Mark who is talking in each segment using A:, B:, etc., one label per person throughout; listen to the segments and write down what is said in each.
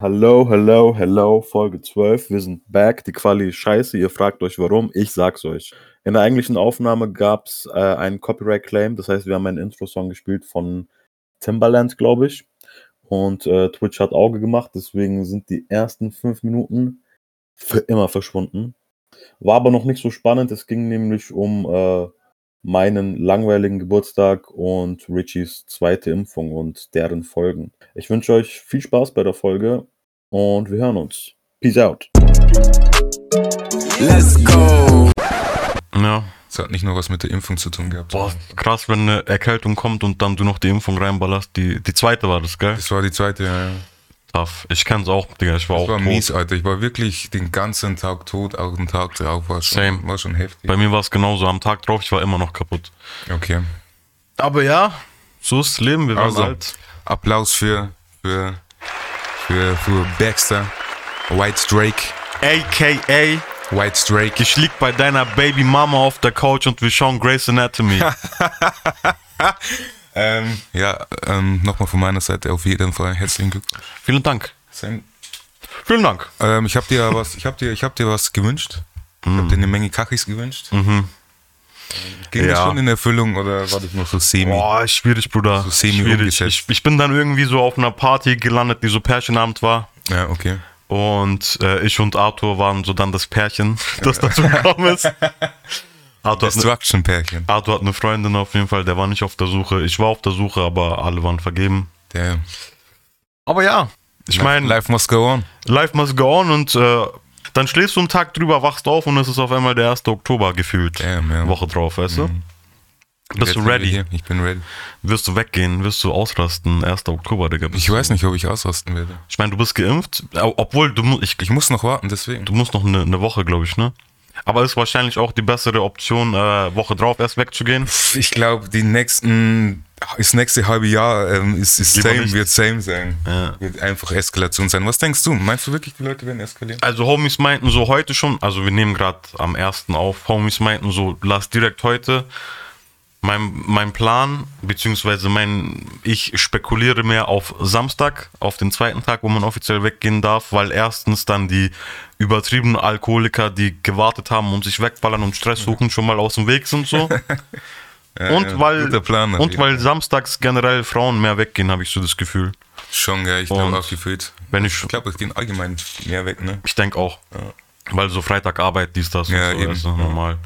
A: Hello, hello, hello, Folge 12. Wir sind back. Die Quali ist scheiße. Ihr fragt euch warum. Ich sag's euch. In der eigentlichen Aufnahme gab's äh, einen Copyright-Claim. Das heißt, wir haben einen Intro-Song gespielt von Timbaland, glaube ich. Und äh, Twitch hat Auge gemacht. Deswegen sind die ersten fünf Minuten für immer verschwunden. War aber noch nicht so spannend. Es ging nämlich um äh, meinen langweiligen Geburtstag und Richies zweite Impfung und deren Folgen. Ich wünsche euch viel Spaß bei der Folge und wir hören uns. Peace out.
B: Let's go.
C: Ja,
B: Es hat nicht nur was mit der Impfung zu tun gehabt.
C: boah, krass, wenn eine Erkältung kommt und dann du noch die Impfung reinballerst. Die, die zweite war das, gell?
B: Das war die zweite, ja. ja.
C: Tough. Ich kenn's auch, Digga, ich war
B: Das
C: auch
B: war
C: Oh, tot.
B: mies, Alter. Ich war wirklich den ganzen Tag tot, auch den Tag drauf war schon,
C: Same.
B: War schon heftig.
C: Bei mir war es genauso, am Tag drauf, ich war immer noch kaputt.
B: Okay.
C: Aber ja, so ist das Leben, wir werden
B: Also,
C: alt.
B: Applaus für, für, für, für Baxter, White Drake,
C: AKA,
B: White Drake.
C: ich lieg bei deiner Baby Mama auf der Couch und wir schauen Grey's Anatomy.
B: Ähm, ja, ähm, nochmal von meiner Seite auf jeden Fall herzlichen Glückwunsch.
C: Vielen Dank.
B: Same.
C: Vielen Dank.
B: Ähm, ich habe dir was, ich habe dir, ich habe dir was gewünscht. Ich
C: Mhm.
B: habe dir eine Menge Kachis gewünscht. Ähm, Ging das
C: Ja.
B: schon in Erfüllung oder war das nur so semi?
C: Boah, schwierig, Bruder.
B: So semi
C: schwierig.
B: umgesetzt.
C: Ich, ich bin dann irgendwie so auf einer Party gelandet, die so Pärchenabend war.
B: Ja, okay.
C: Und äh, ich und Arthur waren so dann das Pärchen, das dazu gekommen ist. Arthur hat, ne,
B: Destruction-Pärchen.
C: Arthur hat eine Freundin auf jeden Fall, der war nicht auf der Suche. Ich war auf der Suche, aber alle waren vergeben.
B: Der.
C: Aber ja, ich meine, life,
B: Life must go on.
C: must go on und äh, dann schläfst du einen Tag drüber, wachst auf und es ist auf einmal der 1. Oktober gefühlt.
B: Damn, Mhm. ja.
C: Woche drauf, weißt du? Bist
B: Jetzt
C: du
B: sind wir
C: ready?
B: hier. Ich bin ready.
C: Wirst du weggehen? Wirst du ausrasten? 1. Oktober, Digga.
B: Ich weiß nicht, ob ich ausrasten werde.
C: Ich meine, du bist geimpft, au- obwohl du, mu- ich,
B: Ich muss noch warten, deswegen.
C: Du musst noch eine, eine Woche, glaube ich, ne? Aber ist wahrscheinlich auch die bessere Option, äh, Woche drauf erst wegzugehen.
B: Ich glaube, die nächsten, das nächste halbe Jahr ähm, ist, ist
C: Lieber
B: same,
C: nicht.
B: wird same sein.
C: Ja.
B: Wird einfach Eskalation sein. Was denkst du? Meinst du wirklich, die Leute werden eskalieren?
C: Also Homies meinten so heute schon, also wir nehmen gerade am 1. auf, Homies meinten so, lass direkt heute. Mein, mein Plan, beziehungsweise mein, ich spekuliere mehr auf Samstag, auf den zweiten Tag, wo man offiziell weggehen darf, weil erstens dann die übertriebenen Alkoholiker, die gewartet haben und sich wegballern und Stress suchen, schon mal aus dem Weg sind so. und
B: ja,
C: weil,
B: guter Plan auf
C: und
B: jeden
C: weil samstags generell Frauen mehr weggehen, habe ich so das Gefühl.
B: Schon, gell, ich
C: Und-
B: glaube auch gefühlt.
C: Wenn ich,
B: Ich glaube, es gehen allgemein mehr weg, ne?
C: ich denke auch, weil so Freitag Arbeit, dies, das
B: Ja,
C: und so,
B: eben.
C: ist normal.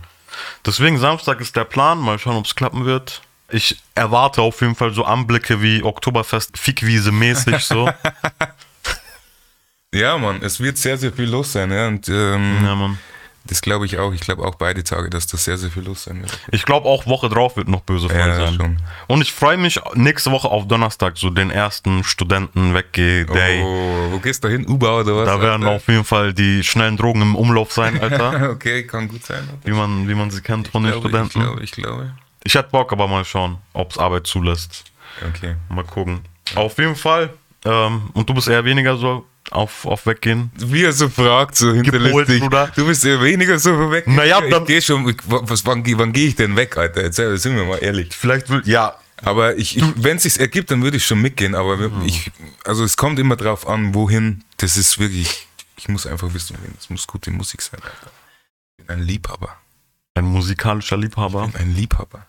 C: Deswegen Samstag ist der Plan, mal schauen, ob es klappen wird. Ich erwarte auf jeden Fall so Anblicke wie Oktoberfest, Fickwiese mäßig so.
B: Ja, Mann, es wird sehr, sehr viel los sein, ja. Und ähm,
C: ja, Mann.
B: das glaube ich auch. Ich glaube auch beide Tage, dass das sehr, sehr viel los sein wird.
C: Ich glaube auch Woche drauf wird noch böse voll
B: Ja,
C: sein.
B: schon.
C: Und ich freue mich nächste Woche auf Donnerstag, so den ersten Studenten weggeh Day.
B: Oh, wo gehst du hin? Uber oder was?
C: Da werden
B: Alter?
C: auf jeden Fall die schnellen Drogen im Umlauf sein, Alter.
B: Okay, kann gut sein. Alter.
C: wie, man, wie man sie kennt von den
B: glaube,
C: Studenten.
B: Ich glaube, ich glaube.
C: Ich hätte Bock, aber mal schauen, ob es Arbeit zulässt.
B: Okay.
C: Mal gucken. Auf jeden Fall. Ähm, und du bist eher weniger so auf, auf Weggehen.
B: Wie er so fragt, so hinterlistig.
C: Bruder.
B: Du bist ja weniger so weg.
C: Naja,
B: ich,
C: dann-
B: ich geh schon. Ich, was, wann geh- wann gehe ich denn weg, Alter? Erzähl, sind wir mal ehrlich.
C: Vielleicht will. Ja.
B: Aber ich, ich, wenn es sich ergibt, dann würde ich schon mitgehen. Aber wir- ich, also es kommt immer drauf an, wohin. Das ist wirklich. Ich muss einfach wissen, wohin. Es muss gute Musik sein. Alter. Ich bin ein Liebhaber.
C: Ein musikalischer Liebhaber.
B: Ein Liebhaber.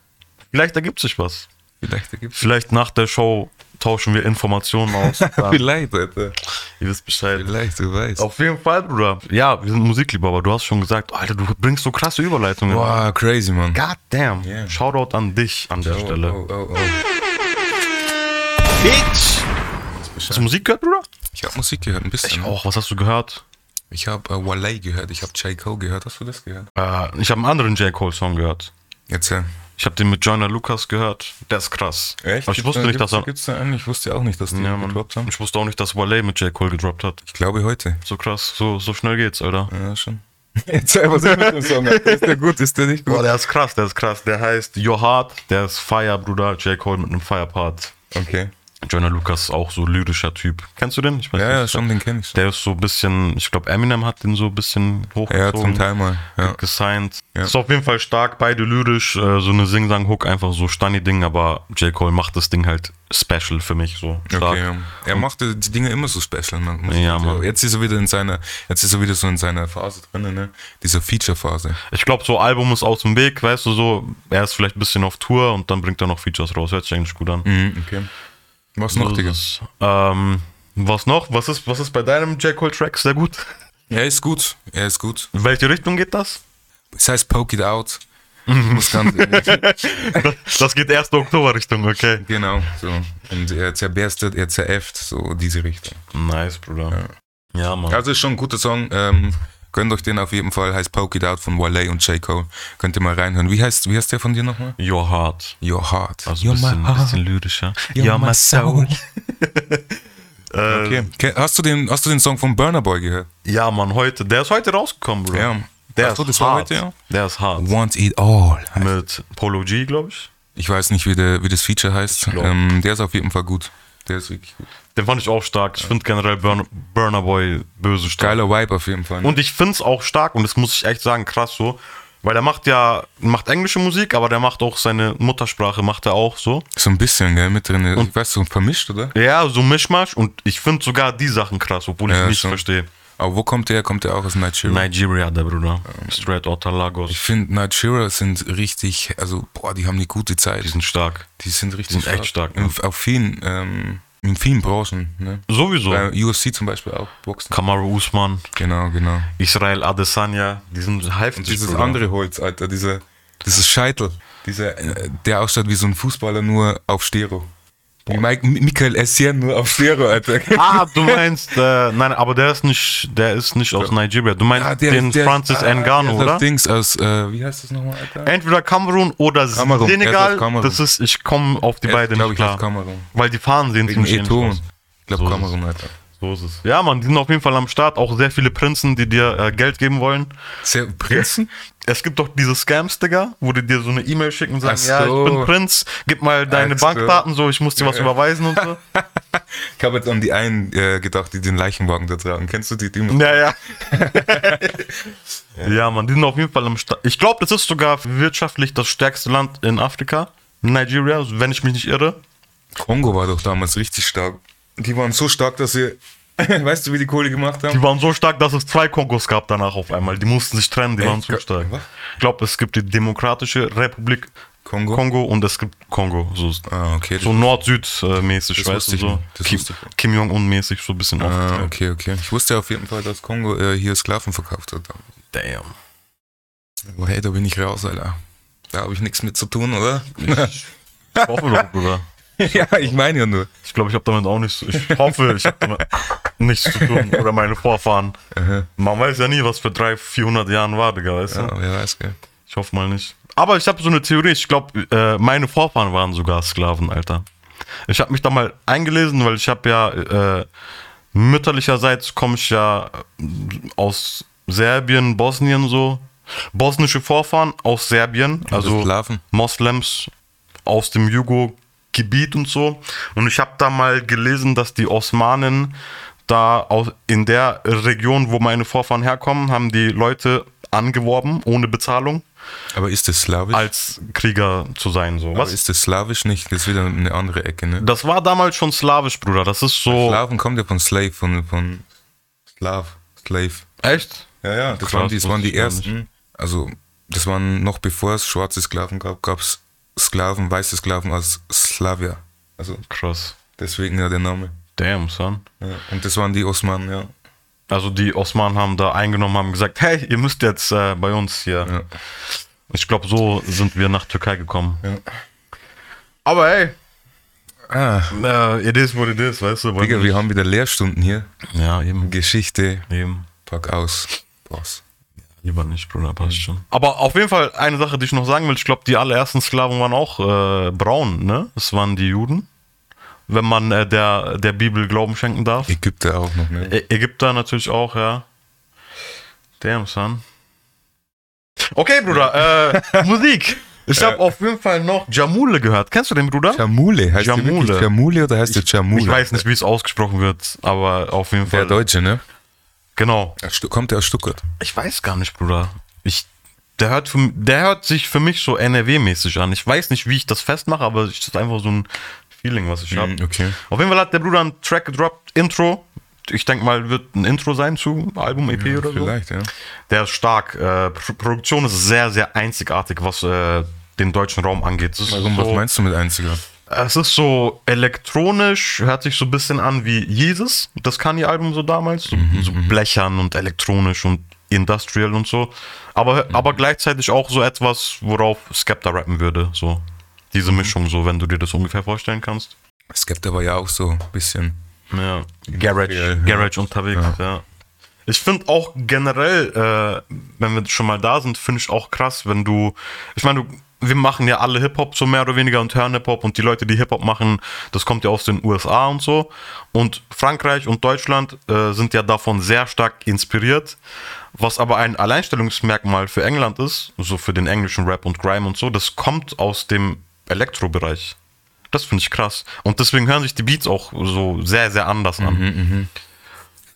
C: Vielleicht ergibt sich was.
B: Vielleicht ergibt es.
C: Vielleicht nach der Show tauschen wir Informationen aus. Dann,
B: Vielleicht, Alter.
C: ihr wisst Bescheid.
B: Vielleicht, du weißt.
C: Auf jeden Fall, Bruder. Ja, wir sind Musikliebhaber. Du hast schon gesagt, Alter, du bringst so krasse Überleitungen.
B: Boah, crazy, Mann.
C: God damn.
B: Yeah.
C: Shoutout an dich an der Stelle.
B: Oh, oh, oh, oh.
C: Bitch! Hast du Musik gehört, Bruder?
B: Ich habe Musik gehört, ein bisschen.
C: Auch, was hast du gehört?
B: Ich habe äh, Walay gehört, ich habe J. Cole gehört. Hast du das gehört?
C: Äh, ich habe einen anderen J. Cole-Song gehört.
B: Jetzt ja.
C: Ich habe den mit Joyner Lucas gehört. Der ist krass. Aber ich wusste nicht, dass er.
B: Gibt's da einen? Ich wusste auch nicht, dass die
C: Ja,
B: ja,
C: Mann.
B: gedroppt haben.
C: Ich wusste auch nicht, dass Wale mit J. Cole gedroppt hat.
B: Ich glaube heute.
C: So krass, so, so schnell geht's, Alter.
B: Ja, schon. Jetzt was ist mit dem Song? Alter? Ist der gut? Ist der nicht
C: Boah,
B: gut?
C: der ist krass, der ist krass. Der heißt Your Heart, der ist Fire, Bruder. J. Cole mit einem Fire-Part.
B: Okay.
C: Jonah Lucas ist auch so lyrischer Typ. Kennst du den? Ich weiß
B: Ja,
C: nicht.
B: ja, schon, den kenne ich. Schon.
C: Der ist so ein bisschen, ich glaube, Eminem hat den so ein bisschen hochgezogen.
B: Ja, zum Teil mal. Ja.
C: gesigned.
B: Ja.
C: Ist auf jeden Fall stark, beide lyrisch, äh, so eine Sing-Sang-Hook, einfach so Stani-Ding, aber J. Cole macht das Ding halt special für mich, so stark.
B: Okay, ja. Er machte die Dinge immer so special. Man muss
C: Ja, Mann.
B: Jetzt ist er wieder in seiner, jetzt ist er wieder so in seiner Phase drin, ne? Dieser Feature-Phase.
C: Ich glaube, so Album ist aus dem Weg, weißt du, so, er ist vielleicht ein bisschen auf Tour und dann bringt er noch Features raus, hört sich eigentlich gut an.
B: Mhm, okay. Was noch,
C: So
B: Digga?
C: ist es. ähm, was noch? Was ist, was ist bei deinem J. Cole-Track sehr gut?
B: Er ist gut, er ist gut.
C: In welche Richtung geht das?
B: Es heißt Poke It Out. Muss ganz ehrlich.
C: Das, das geht 1. Oktober-Richtung, okay.
B: genau, so. Und er zerberstet, er zeräfft, so diese Richtung.
C: Nice, Bruder. Ja, Mann.
B: Also ist schon ein guter Song. Ähm, gönnt euch den auf jeden Fall. Heißt Poke It Out von Wale und J. Cole. Könnt ihr mal reinhören. Wie heißt, wie heißt der von dir nochmal?
C: Your Heart.
B: Your Heart.
C: Also ein bisschen, bisschen lyrischer.
B: You're my soul.
C: Äh,
B: Okay. Ähm, Ke- Hast du den, hast du den Song von Burner Boy gehört?
C: Ja, Mann, heute. Der ist heute rausgekommen, Bro.
B: Ja.
C: Der
B: Ach so,
C: ist
B: das war
C: hart.
B: heute, ja?
C: Der ist hart.
B: Want It All.
C: Mit Polo G, glaube ich.
B: Ich weiß nicht, wie, der, wie das Feature heißt.
C: glaub.
B: Ähm, der ist auf jeden Fall gut. Der ist wirklich gut.
C: Den fand ich auch stark. Ich finde generell Burn Burner Boy böse stark.
B: Geiler Vibe auf jeden Fall.
C: Und ich finde es auch stark, und das muss ich echt sagen, krass so. Weil der macht ja, macht englische Musik, aber der macht auch seine Muttersprache, macht er auch so.
B: so ein bisschen, gell, mit drin. ich weiß, so vermischt, oder?
C: Ja, so Mischmasch. Und ich finde sogar die Sachen krass, obwohl ich
B: Ja,
C: nichts
B: schon.
C: verstehe.
B: Aber wo kommt der? Kommt der auch aus Nigeria?
C: Nigeria, der Bruder. Straight Outta Lagos.
B: Ich finde, Nigeria sind richtig, also, boah, die haben eine gute Zeit.
C: Die sind stark.
B: Die sind richtig
C: sind echt stark,
B: In, auf vielen, ähm, in vielen Branchen. Ne?
C: Sowieso.
B: Bei UFC zum Beispiel auch, Boxen.
C: Kamaru Usman,
B: Genau, genau.
C: Israel Adesanya, die sind heftig.
B: Dieses
C: Bruder.
B: andere Holz, Alter, dieser, dieses Scheitel. Dieser, äh, der ausschaut wie so ein Fußballer nur auf Stero. Wie Mike, Mi- Michael Essien nur auf Stero, Alter.
C: Ah, du meinst, äh, nein, aber der ist nicht, der ist nicht aus Nigeria. Du meinst
B: Ah,
C: den Francis
B: ah, der
C: Ngannou,
B: ist
C: oder?
B: Aus Dings aus, äh, wie heißt das nochmal, Alter?
C: Entweder Kamerun oder
B: Kamerun, er ist
C: Senegal.
B: aus Kamerun.
C: Das ist, ich komme auf
B: Er
C: die
B: ist,
C: beiden
B: glaub
C: nicht
B: ich, aus
C: klar.
B: Kamerun.
C: Weil die Fahnen sehen
B: Wegen
C: ziemlich ähnlich
B: Eton.
C: aus.
B: Ich glaube
C: So ist es.
B: Kamerun, Alter.
C: So ist es. Ja, Mann, die sind auf jeden Fall am Start. Auch sehr viele Prinzen, die dir äh, Geld geben wollen.
B: Sehr Prinzen?
C: Es gibt doch diese Scams, Digga, wo die dir so eine E-Mail schicken und sagen,
B: Ach
C: ja,
B: so.
C: ich bin Prinz, gib mal deine
B: Ach so.
C: Bankdaten so, ich muss dir was überweisen und so.
B: Ich habe jetzt an die einen äh, gedacht, die den Leichenwagen da tragen. Kennst du die? die
C: Ja, ja. ja, man, die sind auf jeden Fall am Start. Ich glaube, das ist sogar wirtschaftlich das stärkste Land in Afrika. Nigeria, wenn ich mich nicht irre.
B: Kongo war doch damals richtig stark. Die waren so stark, dass sie, weißt du, wie die Kohle gemacht haben?
C: Die waren so stark, dass es zwei Kongos gab danach auf einmal. Die mussten sich trennen, die
B: Echt?
C: waren so
B: Ge-
C: stark.
B: was?
C: Ich glaube, es gibt die Demokratische Republik
B: Kongo?
C: Kongo und es gibt Kongo. So,
B: Ah, okay.
C: so Nord-Süd-mäßig,
B: Das
C: weißt
B: wusste
C: du
B: ich
C: so.
B: nicht. Das
C: Kim,
B: wusste ich nicht.
C: Kim Jong-un-mäßig, so ein bisschen
B: Ah,
C: aufgeteilt.
B: okay, okay. Ich wusste auf jeden Fall, dass Kongo äh, hier Sklaven verkauft hat.
C: Damn.
B: Aber hey, da bin ich raus, Alter. Da habe ich nichts mit zu tun, oder?
C: Ich hoffe doch, Bruder.
B: ja, ich meine ja nur.
C: Ich glaube, ich habe damit auch nichts. Ich hoffe, ich habe damit nichts zu tun. Oder meine Vorfahren.
B: Aha.
C: Man weiß ja nie, was für 300, 400 Jahren war, Digga, weißt du?
B: Ja, wer weiß, gell.
C: Ich hoffe mal nicht. Aber ich habe so eine Theorie. Ich glaube, äh, meine Vorfahren waren sogar Sklaven, Alter. Ich habe mich da mal eingelesen, weil ich habe ja äh, mütterlicherseits komme ich ja äh, aus Serbien, Bosnien so. Bosnische Vorfahren aus Serbien, also
B: Sklaven.
C: Moslems aus dem Jugo-Gebiet und so. Und ich habe da mal gelesen, dass die Osmanen da aus, in der Region, wo meine Vorfahren herkommen, haben die Leute angeworben, ohne Bezahlung,
B: Aber ist das slawisch?
C: als Krieger zu sein. So.
B: Was?
C: Was?
B: Ist das slawisch nicht? Das ist wieder eine andere Ecke, ne?
C: Das war damals schon slawisch, Bruder. Das ist so.
B: Slaven kommt ja von Slave, von, von Slav, Slave.
C: Echt?
B: Ja, ja, das
C: Krass,
B: waren, die, das
C: wusste
B: waren
C: ich
B: die
C: gar
B: ersten. Also, das waren noch bevor es schwarze Sklaven gab, gab es Sklaven, weiße Sklaven aus Slavia. Also,
C: Krass.
B: deswegen ja der Name.
C: Damn, son.
B: Ja. Und das waren die Osmanen, ja.
C: Also die Osmanen haben da eingenommen, haben gesagt, hey, ihr müsst jetzt äh, bei uns hier.
B: Ja.
C: Ich glaube, so sind wir nach Türkei gekommen. Aber hey,
B: Ah,
C: äh, it is what it is, weißt du? wollen
B: Digga,
C: wir-
B: wir haben wieder Lehrstunden hier.
C: ja, eben.
B: Geschichte,
C: Eben.
B: pack aus. Boss.
C: Lieber nicht, Bruder, passt schon. Aber auf jeden Fall eine Sache, die ich noch sagen will. Ich glaube, die allerersten Sklaven waren auch äh, braun, ne? Das waren die Juden. Wenn man äh, der, der Bibel Glauben schenken darf. Ä
B: Ägypter auch noch, ne?
C: Ägypter natürlich auch, ja. Damn, son. Okay, Bruder, äh, Musik. Ich habe auf jeden Fall noch Jamule gehört. Kennst du den Bruder?
B: Jamule. Heißt der
C: Jamule.
B: wirklich Jamule oder heißt der Jamule?
C: Ich weiß nicht, wie es ausgesprochen wird, aber auf jeden
B: Der
C: Fall.
B: Deutsche, ne?
C: Genau.
B: Er stu- Kommt der aus Stuttgart?
C: Ich weiß gar nicht, Bruder. Ich, der, hört für, der hört sich für mich so NRW-mäßig an. Ich weiß nicht, wie ich das festmache, aber es ist einfach so ein Feeling, was ich habe.
B: Mhm, okay.
C: Auf jeden Fall hat der Bruder einen Track gedroppt, Intro. Ich denke mal, wird ein Intro sein zu Album, EP oder so.
B: Vielleicht, ja.
C: Der ist stark. Äh, Pro Produktion ist sehr, sehr einzigartig, was äh, den deutschen Raum angeht. Es ist
B: Warum, was
C: so,
B: meinst du mit einziger?
C: es ist so elektronisch, hört sich so ein bisschen an wie Jesus, das Kanye-Album so damals, so, so blechern und elektronisch und industrial und so, aber, aber gleichzeitig auch so etwas, worauf Skepta rappen würde, so diese Mischung, so wenn du dir das ungefähr vorstellen kannst.
B: Skepta war ja auch so ein bisschen.
C: Ja, Garage,
B: Ja, ja.
C: Garage unterwegs, ja. Ich finde auch generell, äh, wenn wir schon mal da sind, finde ich auch krass, wenn du, ich meine, du- wir machen ja alle Hip-Hop so mehr oder weniger und hören Hip-Hop und die Leute, die Hip-Hop machen, das kommt ja aus den USA und so. Und Frankreich und Deutschland äh, sind ja davon sehr stark inspiriert, was aber ein Alleinstellungsmerkmal für England ist, so für den englischen Rap und Grime und so, das kommt aus dem Elektrobereich. Das finde ich krass. Und deswegen hören sich die Beats auch so sehr, sehr anders an.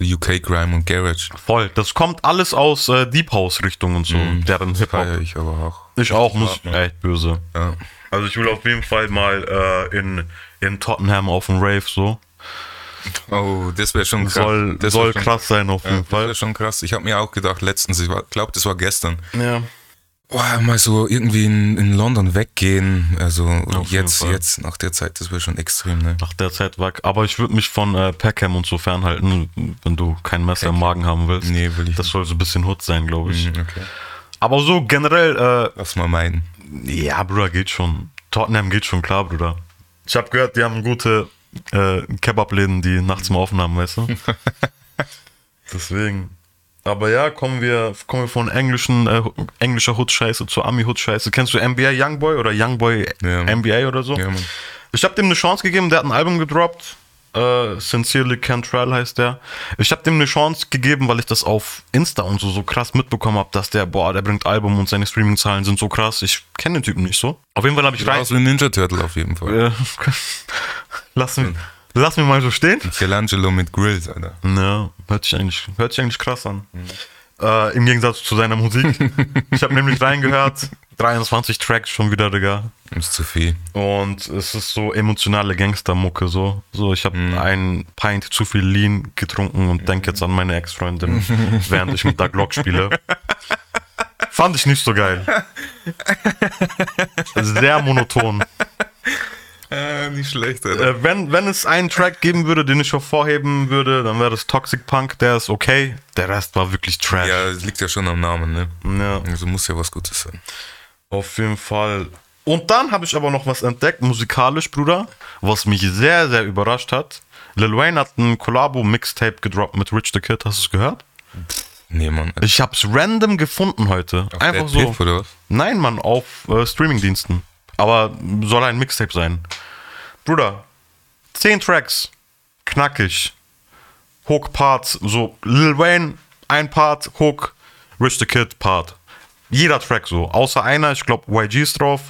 B: UK Grime und Garage.
C: Voll. Das kommt alles aus äh, Deep House-Richtung und so. Deren Hip-Hop.
B: Feier Mhm. ich aber auch.
C: Ich auch, muss echt böse.
B: Ja.
C: Also ich will auf jeden Fall mal äh, in, in Tottenham auf dem Rave so.
B: Oh, das wäre schon krass.
C: Soll,
B: das wär
C: soll
B: schon-
C: krass sein auf
B: Ja,
C: jeden
B: das
C: Fall.
B: wäre schon krass. Ich habe mir auch gedacht, letztens, ich glaube, das war gestern,
C: Ja.
B: Boah, mal so irgendwie in, in London weggehen, also
C: Auf jeden
B: jetzt,
C: Fall.
B: jetzt nach der Zeit, das wäre schon extrem, ne?
C: Nach der Zeit war. Aber ich würde mich von äh, Peckham und so fernhalten, wenn du kein Messer im Magen haben willst.
B: Nee, will ich Mhm,
C: Das soll so ein bisschen Hut sein, glaube ich.
B: Okay.
C: Aber so generell,
B: Lass mal meinen.
C: äh, ja, Bruder, geht schon. Tottenham geht schon klar, Bruder. Ich habe gehört, die haben gute äh, Kebab-Läden, die nachts mal offen haben, weißt du? Deswegen. Aber ja, kommen wir, kommen wir von englischen, äh, englischer Hut-Scheiße zu Ami-Hut-Scheiße. Kennst du NBA Youngboy oder Youngboy
B: Ja.
C: NBA oder so?
B: Ja, Mann.
C: ich habe dem eine Chance gegeben, der hat ein Album gedroppt. Äh, Sincerely Cantrell heißt der. Ich habe dem eine Chance gegeben, weil ich das auf Insta und so so krass mitbekommen habe, dass der, boah, der bringt Album und seine Streaming-Zahlen sind so krass. Ich kenne den Typen nicht so. Auf jeden Fall habe ich rein.
B: Raus wie Ninja Turtle auf jeden Fall.
C: Äh, lass, mich, lass mich mal so stehen.
B: Michelangelo mit Grills, Alter.
C: Ja, hört sich eigentlich, hört sich eigentlich krass an. Äh, Im Gegensatz zu seiner Musik. ich habe nämlich reingehört. 23 Tracks schon wieder, Digga.
B: Ist zu viel.
C: Und es ist so emotionale Gangstermucke so. So, ich habe ein Pint zu viel Lean getrunken und denke jetzt an meine Ex-Freundin, während ich mit der Glock spiele. Fand ich nicht so geil. Sehr monoton.
B: Äh, nicht schlecht, Alter.
C: Äh, wenn, wenn es einen Track geben würde, den ich hervorheben würde, dann wäre das Toxic Punk, der ist okay. Der Rest war wirklich Trash.
B: Ja, es liegt ja schon am Namen, ne?
C: Ja.
B: Also muss ja was Gutes sein.
C: Auf jeden Fall. Und dann habe ich aber noch was entdeckt, musikalisch, Bruder, was mich sehr, sehr überrascht hat. Lil Wayne hat ein Collabo-Mixtape gedroppt mit Rich the Kid, hast du es gehört?
B: Nee, Mann. Alter.
C: Ich hab's random gefunden heute. Einfach
B: Dead
C: so.
B: Piff oder was?
C: Nein, Mann, auf äh, Streamingdiensten. Aber soll ein Mixtape sein. Bruder, 10 Tracks. Knackig. Hook Parts, so Lil Wayne, ein Part, Hook, Rich the Kid Part. Jeder Track so, außer einer, ich glaube YG ist drauf.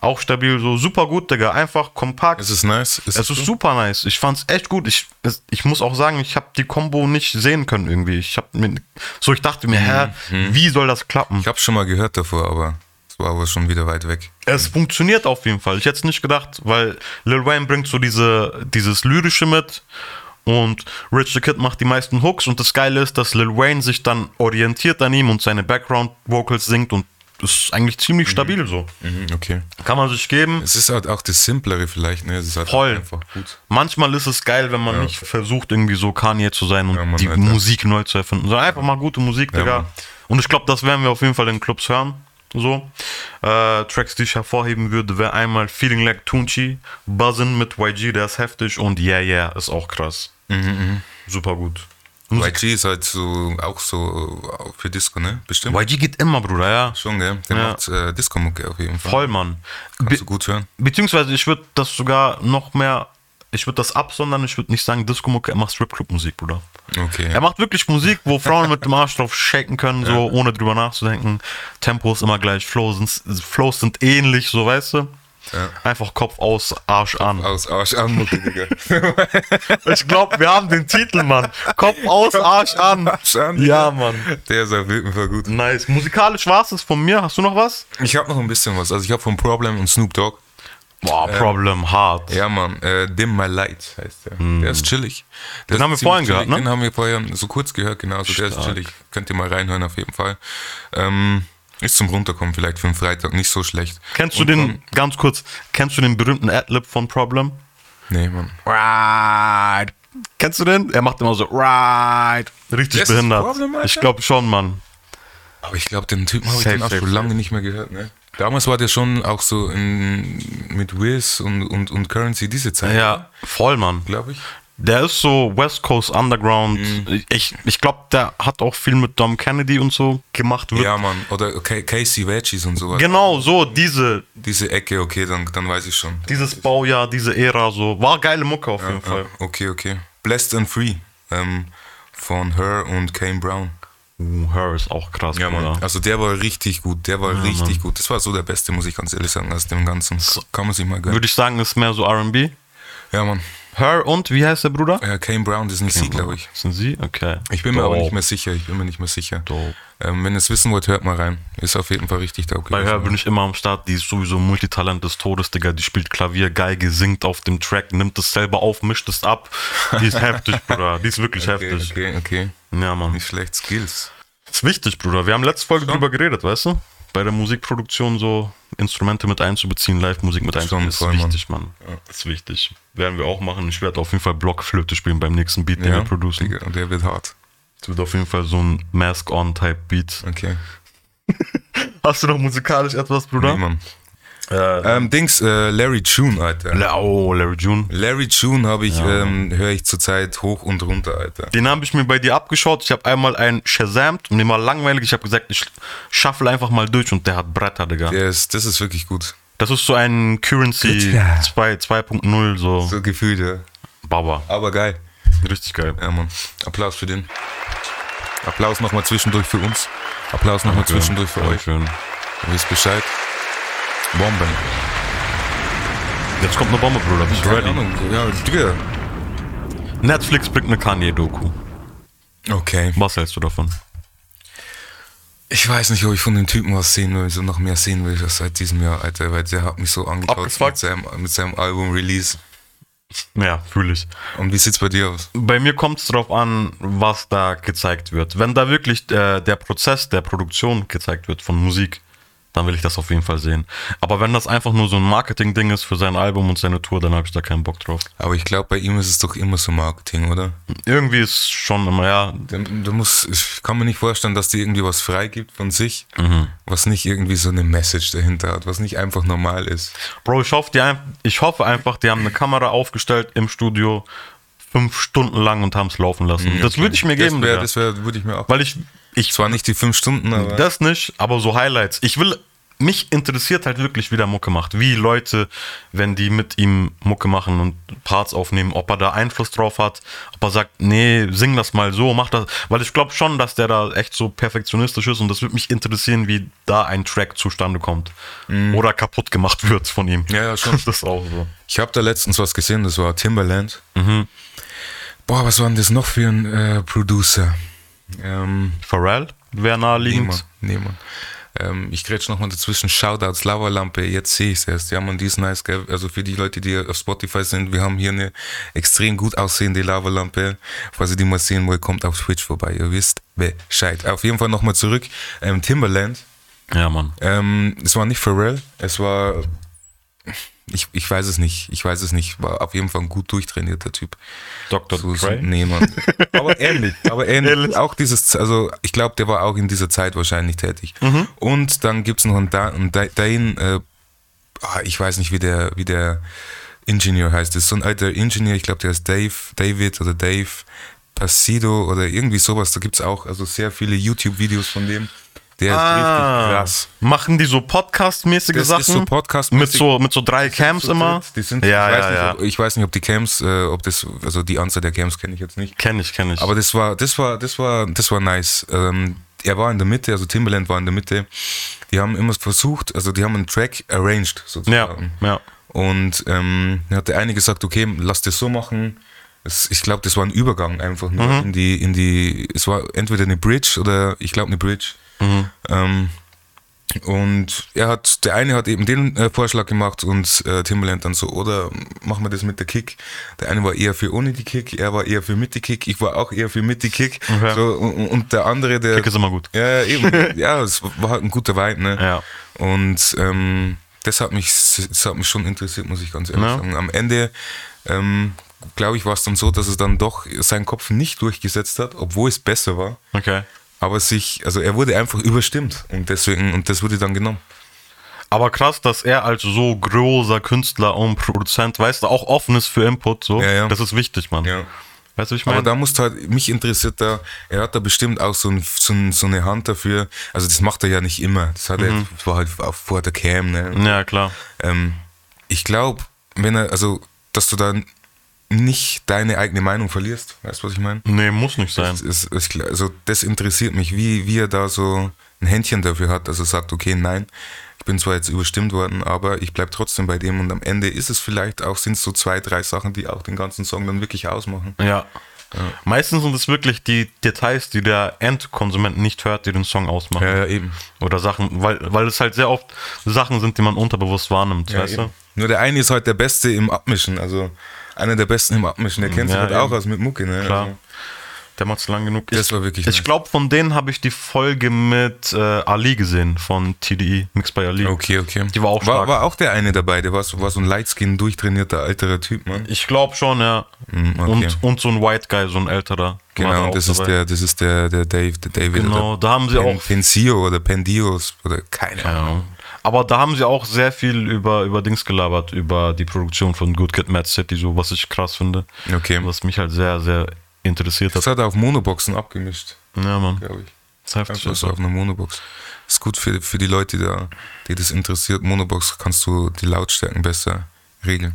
C: Auch stabil, so super gut, Digga. Einfach kompakt.
B: Es ist nice. Es
C: Es
B: ist
C: ist super nice. Ich fand's echt gut. Ich, es, ich muss auch sagen, ich habe die Combo nicht sehen können irgendwie. Ich hab mir, so ich dachte mir, hä, wie soll das klappen?
B: ich hab's schon mal gehört davor, aber es war aber schon wieder weit weg.
C: Es funktioniert auf jeden Fall. Ich hätte es nicht gedacht, weil Lil Wayne bringt so diese, dieses Lyrische mit und Rich the Kid macht die meisten Hooks und das Geile ist, dass Lil Wayne sich dann orientiert an ihm und seine Background Vocals singt und das ist eigentlich ziemlich stabil so.
B: okay.
C: Kann man sich geben.
B: Es ist halt auch das Simplere vielleicht, ne? Es ist halt
C: Voll.
B: einfach gut.
C: Manchmal ist es geil, wenn man nicht versucht, irgendwie so Kanye zu sein und
B: Ja, Mann,
C: die
B: Alter.
C: Musik neu zu erfinden, sondern einfach mal gute Musik, Digga.
B: Mann.
C: und ich glaube, das werden wir auf jeden Fall in Clubs hören. So. Äh, Tracks, die ich hervorheben würde, wäre einmal Feeling Like Tunchi, Buzzin mit YG, der ist heftig und Yeah Yeah ist auch krass. Super gut. Musik.
B: YG ist halt so auch so für Disco, ne? Bestimmt.
C: YG geht immer, Bruder, ja.
B: Schon, gell? Der
C: Ja.
B: macht äh, Disco-Mucke auf jeden Fall.
C: Voll, Mann.
B: Kannst
C: Be
B: du gut hören.
C: beziehungsweise, ich würde das sogar noch mehr ich würde das absondern, ich würde nicht sagen Disco-Mucke, er macht Stripclub-Musik, Bruder.
B: Okay.
C: Er macht wirklich Musik, wo Frauen mit dem Arsch drauf shaken können, so ohne drüber nachzudenken. Tempo ist immer gleich, Flows sind, Flows sind ähnlich, so weißt du.
B: Ja.
C: Einfach Kopf aus, Arsch an.
B: Aus Arsch an, Mucke, Digga.
C: Ich glaube, wir haben den Titel, Mann. Kopf aus, Arsch an.
B: Arsch an, Digga.
C: Ja, Mann.
B: Der ist auf jeden Fall gut.
C: Nice. Musikalisch war es von mir. Hast du noch was?
B: Ich habe noch ein bisschen was. Also ich habe von Problem und Snoop Dogg.
C: Boah, Problem hart.
B: Ähm, Ja, Mann. Äh, Dim My Light heißt der. Der ist chillig. Der den
C: Hm. haben wir vorhin gehört,
B: chillig.
C: ne?
B: Den haben wir vorhin so kurz gehört, genau. Also der ist
C: Stark.
B: chillig. Könnt ihr mal reinhören auf jeden Fall. Ähm, ist zum Runterkommen vielleicht für den Freitag nicht so schlecht.
C: Kennst du den, ganz kurz, kennst du den berühmten Adlib von Problem?
B: Nee, Mann.
C: Right. Kennst du den? Er macht immer so right. Richtig
B: Das ist
C: behindert.
B: Problem, Alter?
C: ich glaube schon, Mann.
B: Aber ich glaube, den Typen habe ich
C: Safe,
B: den auch
C: safe,
B: schon lange nicht mehr gehört, ne? Damals war der schon auch so in, mit Wiz und, und, und Currency diese Zeit.
C: Ja, voll, Mann.
B: Glaube ich.
C: Der ist so West Coast Underground.
B: Mhm.
C: Ich, ich glaube, der hat auch viel mit Dom Kennedy und so gemacht. Wird.
B: Ja, Mann. Oder K Casey Veggies und sowas.
C: Genau, so diese,
B: Diese Ecke, okay, dann, dann weiß ich schon.
C: dieses Baujahr, diese Ära, so. War geile Mucke auf jeden Fall.
B: Ah, okay, okay. Blessed and Free ähm, von Her und Kane Brown.
C: Uh, Her ist auch krass, ja, Bruder.
B: Also der war richtig gut, der war richtig gut. Das war so der beste, muss ich ganz ehrlich sagen, aus dem Ganzen. Kann man sich mal gönnen.
C: Würde ich sagen, ist mehr so RB.
B: Ja, Mann.
C: Her und wie heißt der Bruder?
B: Äh, Kane Brown, das ist ein Sie, glaube ich.
C: Sind sie? Okay.
B: Ich bin mir aber
C: Dope.
B: nicht mehr sicher, ich bin mir nicht mehr sicher.
C: Dope.
B: Ähm, wenn ihr es wissen wollt, hört mal rein. Ist auf jeden Fall richtig dope.
C: Bei Her
B: gewesen.
C: bin ich immer am Start, die ist sowieso Multitalent des Todes, Digga. Die spielt Klavier, Geige, singt auf dem Track, nimmt es selber auf, mischt es ab. Die ist heftig, Bruder. Die ist wirklich
B: okay,
C: heftig.
B: okay, okay.
C: Ja, Mann.
B: Nicht schlecht. Skills.
C: Ist wichtig, Bruder. Wir haben letzte Folge drüber geredet, weißt du? Bei der Musikproduktion so Instrumente mit einzubeziehen, Live-Musik mit einzubeziehen, ist
B: voll, Mann.
C: wichtig, Mann. Ist wichtig. Werden wir auch machen. Ich werde auf jeden Fall Blockflöte spielen beim nächsten Beat, den wir producen.
B: Digga, und der wird hart.
C: Es wird auf jeden Fall so ein Mask-on-Type-Beat.
B: Okay.
C: Hast du noch musikalisch etwas, Bruder?
B: Nee, Mann. Ähm, Dings, äh, Larry June, Alter.
C: La- Oh, Larry June.
B: Larry June habe ich, ähm, höre ich zurzeit hoch und runter, Alter.
C: Den habe ich mir bei dir abgeschaut. Ich habe einmal einen Shazamt und mir war langweilig. Ich habe gesagt, ich shuffle einfach mal durch und der hat Bretter, Digga.
B: Der ist, das ist wirklich gut.
C: Das ist so ein Currency
B: Ja.
C: 2 2.0, so.
B: So gefühlt, ja.
C: Baba.
B: Aber geil.
C: Richtig geil.
B: Ja, Mann. Applaus für den. Applaus nochmal zwischendurch für uns. Applaus nochmal zwischendurch für euch.
C: Schön.
B: Ihr wisst Bescheid. Bomben.
C: Jetzt kommt eine Bombe, Bruder. Bist du
B: Keine
C: ready?
B: Ahnung. Ja, Digga.
C: Netflix bringt eine Kanye-Doku.
B: Okay.
C: Was hältst du davon?
B: Ich weiß nicht, ob ich von dem Typen was sehen will, so noch mehr sehen will als seit diesem Jahr, Alter, weil der hat mich so angeschaut
C: Abgefuckt.
B: mit seinem, mit seinem Album Release.
C: Ja, fühle ich.
B: Und wie sieht's bei dir aus?
C: Bei mir kommt es drauf an, was da gezeigt wird. Wenn da wirklich äh, der Prozess der Produktion gezeigt wird von Musik, dann will ich das auf jeden Fall sehen. Aber wenn das einfach nur so ein Marketing-Ding ist für sein Album und seine Tour, dann habe ich da keinen Bock drauf.
B: Aber ich glaube, bei ihm ist es doch immer so Marketing, oder?
C: Irgendwie ist schon immer, ja,
B: Du, du musst, ich kann mir nicht vorstellen, dass die irgendwie was freigibt von sich,
C: Mhm.
B: was nicht irgendwie so eine Message dahinter hat, was nicht einfach normal ist.
C: Bro, ich hoffe, die, ein- ich hoffe einfach, die haben eine Kamera aufgestellt im Studio fünf Stunden lang und haben es laufen lassen. Das würde ich mir geben,
B: das wär,
C: Digga.
B: das wär, würde ich mir auch.
C: weil ich, ich
B: Zwar nicht die fünf Stunden, aber
C: Das nicht, aber so Highlights. Ich will, mich interessiert halt wirklich, wie der Mucke macht. Wie Leute, wenn die mit ihm Mucke machen und Parts aufnehmen, ob er da Einfluss drauf hat, ob er sagt, nee, sing das mal so, mach das. Weil ich glaube schon, dass der da echt so perfektionistisch ist und das würde mich interessieren, wie da ein Track zustande kommt. Oder kaputt gemacht wird von ihm.
B: Mhm. Ja, ja, schon.
C: Das ist auch so.
B: ich habe da letztens was gesehen, das war Timberland.
C: Mhm.
B: Boah, was war denn das noch für ein äh, Producer? Ähm,
C: Pharrell wäre
B: Nehmer,
C: naheliegend.
B: Nehmer. Ähm, ich grätsch nochmal dazwischen. Shoutouts, Lavalampe, jetzt sehe ich es erst. Ja, man, die ist nice, gell? Also für die Leute, die auf Spotify sind, wir haben hier eine extrem gut aussehende Lavalampe. Falls ihr die mal sehen wollt, kommt auf Twitch vorbei. Ihr wisst Bescheid. Auf jeden Fall nochmal zurück. Ähm, Timberland.
C: Ja, Mann.
B: Ähm, es war nicht Pharrell, es war. Ich, ich weiß es nicht, ich weiß es nicht. War auf jeden Fall ein gut durchtrainierter Typ.
C: Dr.
B: So, so,
C: Dre?
B: nee, Mann. Aber ähnlich. Aber ähnlich. Auch dieses, also ich glaube, der war auch in dieser Zeit wahrscheinlich tätig.
C: Mhm.
B: Und dann gibt es noch einen, da einen Da- Dane, äh, ah, ich weiß nicht, wie der, wie der Ingenieur heißt. Das ist so ein alter Ingenieur, ich glaube, der heißt Dave, David oder Dave Pasido oder irgendwie sowas. Da gibt es auch also sehr viele YouTube-Videos von dem. Der
C: Ah.
B: ist richtig krass.
C: Machen die so Podcast-mäßige
B: Das
C: Sachen?
B: ist so Podcast-mäßig.
C: mit so mit so drei Camps immer.
B: Die sind,
C: ja,
B: ich, weiß
C: ja,
B: nicht,
C: ja.
B: Ob, ich weiß nicht, ob die Camps, äh, ob das, also die Anzahl der Camps kenne ich jetzt nicht.
C: Kenn ich, kenn ich.
B: Aber das war, das war, das war, das war nice. Ähm, er war in der Mitte, also Timbaland war in der Mitte. Die haben immer versucht, also die haben einen Track arranged
C: ja,
B: sozusagen.
C: ja.
B: Und ähm, dann hat der eine gesagt, okay, lass das so machen. Es, ich glaube, das war ein Übergang einfach nur
C: Mhm.
B: in die, in die, es war entweder eine Bridge oder ich glaube eine Bridge. Ähm, und er hat, der eine hat eben den äh, Vorschlag gemacht und äh, Timberland dann so, oder machen wir das mit der Kick? Der eine war eher für ohne die Kick, er war eher für mit die Kick, ich war auch eher für mit die Kick.
C: Okay.
B: So, und, und der andere, der.
C: Kick ist immer gut.
B: Ja, eben. ja, es war halt ein guter Vibe, ne?
C: Ja.
B: Und ähm, das hat mich, das hat mich schon interessiert, muss ich ganz ehrlich
C: Ja.
B: sagen. Am Ende, ähm, glaube ich, war es dann so, dass es dann doch seinen Kopf nicht durchgesetzt hat, obwohl es besser war.
C: Okay.
B: Aber sich, also er wurde einfach überstimmt und deswegen, und das wurde dann genommen.
C: Aber krass, dass er als so großer Künstler und Produzent, weißt du, auch offen ist für Input, so.
B: Ja, ja.
C: Das ist wichtig, Mann.
B: Ja.
C: Weißt du, wie ich
B: Aber
C: meine?
B: da musst halt, mich interessiert da, er hat da bestimmt auch so, ein, so, ein, so eine Hand dafür. Also das macht er ja nicht immer. Das hat er jetzt, das war halt auch vor der Cam, ne?
C: Ja, klar.
B: Ähm, ich glaube, wenn er, also, dass du dann nicht deine eigene Meinung verlierst, weißt du, was ich meine?
C: Nee, muss nicht sein.
B: Es ist- es ist klar- also, das interessiert mich, wie, wie er da so ein Händchen dafür hat, dass er sagt, okay, nein, ich bin zwar jetzt überstimmt worden, aber ich bleibe trotzdem bei dem und am Ende ist es vielleicht auch, sind es so zwei, drei Sachen, die auch den ganzen Song dann wirklich ausmachen.
C: Ja. Meistens sind es wirklich die Details, die der Endkonsument nicht hört, die den Song ausmachen.
B: eben.
C: Oder Sachen, weil, weil es halt sehr oft Sachen sind, die man unterbewusst wahrnimmt,
B: Ja,
C: weißt
B: eben. Nur der eine ist halt der Beste im Abmischen, also einer der Besten im Abmischen, der kennt sich
C: Ja,
B: halt auch
C: eben.
B: aus mit Mucke, ne?
C: Klar.
B: Also,
C: Der macht's lang genug.
B: Das
C: ich,
B: war wirklich
C: Ich
B: nice.
C: glaube, von denen habe ich die Folge mit äh, Ali gesehen, von TDI, Mix by Ali.
B: Okay, okay.
C: Die war auch
B: war,
C: stark.
B: war auch der eine dabei, der war so, war so ein Lightskin durchtrainierter älterer Typ, ne? Mann.
C: Ich glaube schon, ja.
B: Mm, okay.
C: und, und so ein White Guy, so ein älterer.
B: Genau,
C: War
B: und das
C: auch
B: ist
C: dabei.
B: der, das ist der, der Dave, der David
C: Genau,
B: oder
C: da haben sie
B: Pen,
C: auch.
B: Pensio oder Pendios oder keine Ahnung.
C: Ja. Aber da haben sie auch sehr viel über, über Dings gelabert, über die Produktion von Good Kid Mad City, so was ich krass finde.
B: Okay.
C: Was mich halt sehr, sehr interessiert
B: Das
C: hat.
B: hat er auf Monoboxen abgemischt,
C: Ja, Mann.
B: glaube ich.
C: Das ist heftig.
B: Also ist auf einer Monobox. Ist gut für, für die Leute, die, da, die das interessiert. Monobox kannst du die Lautstärken besser regeln.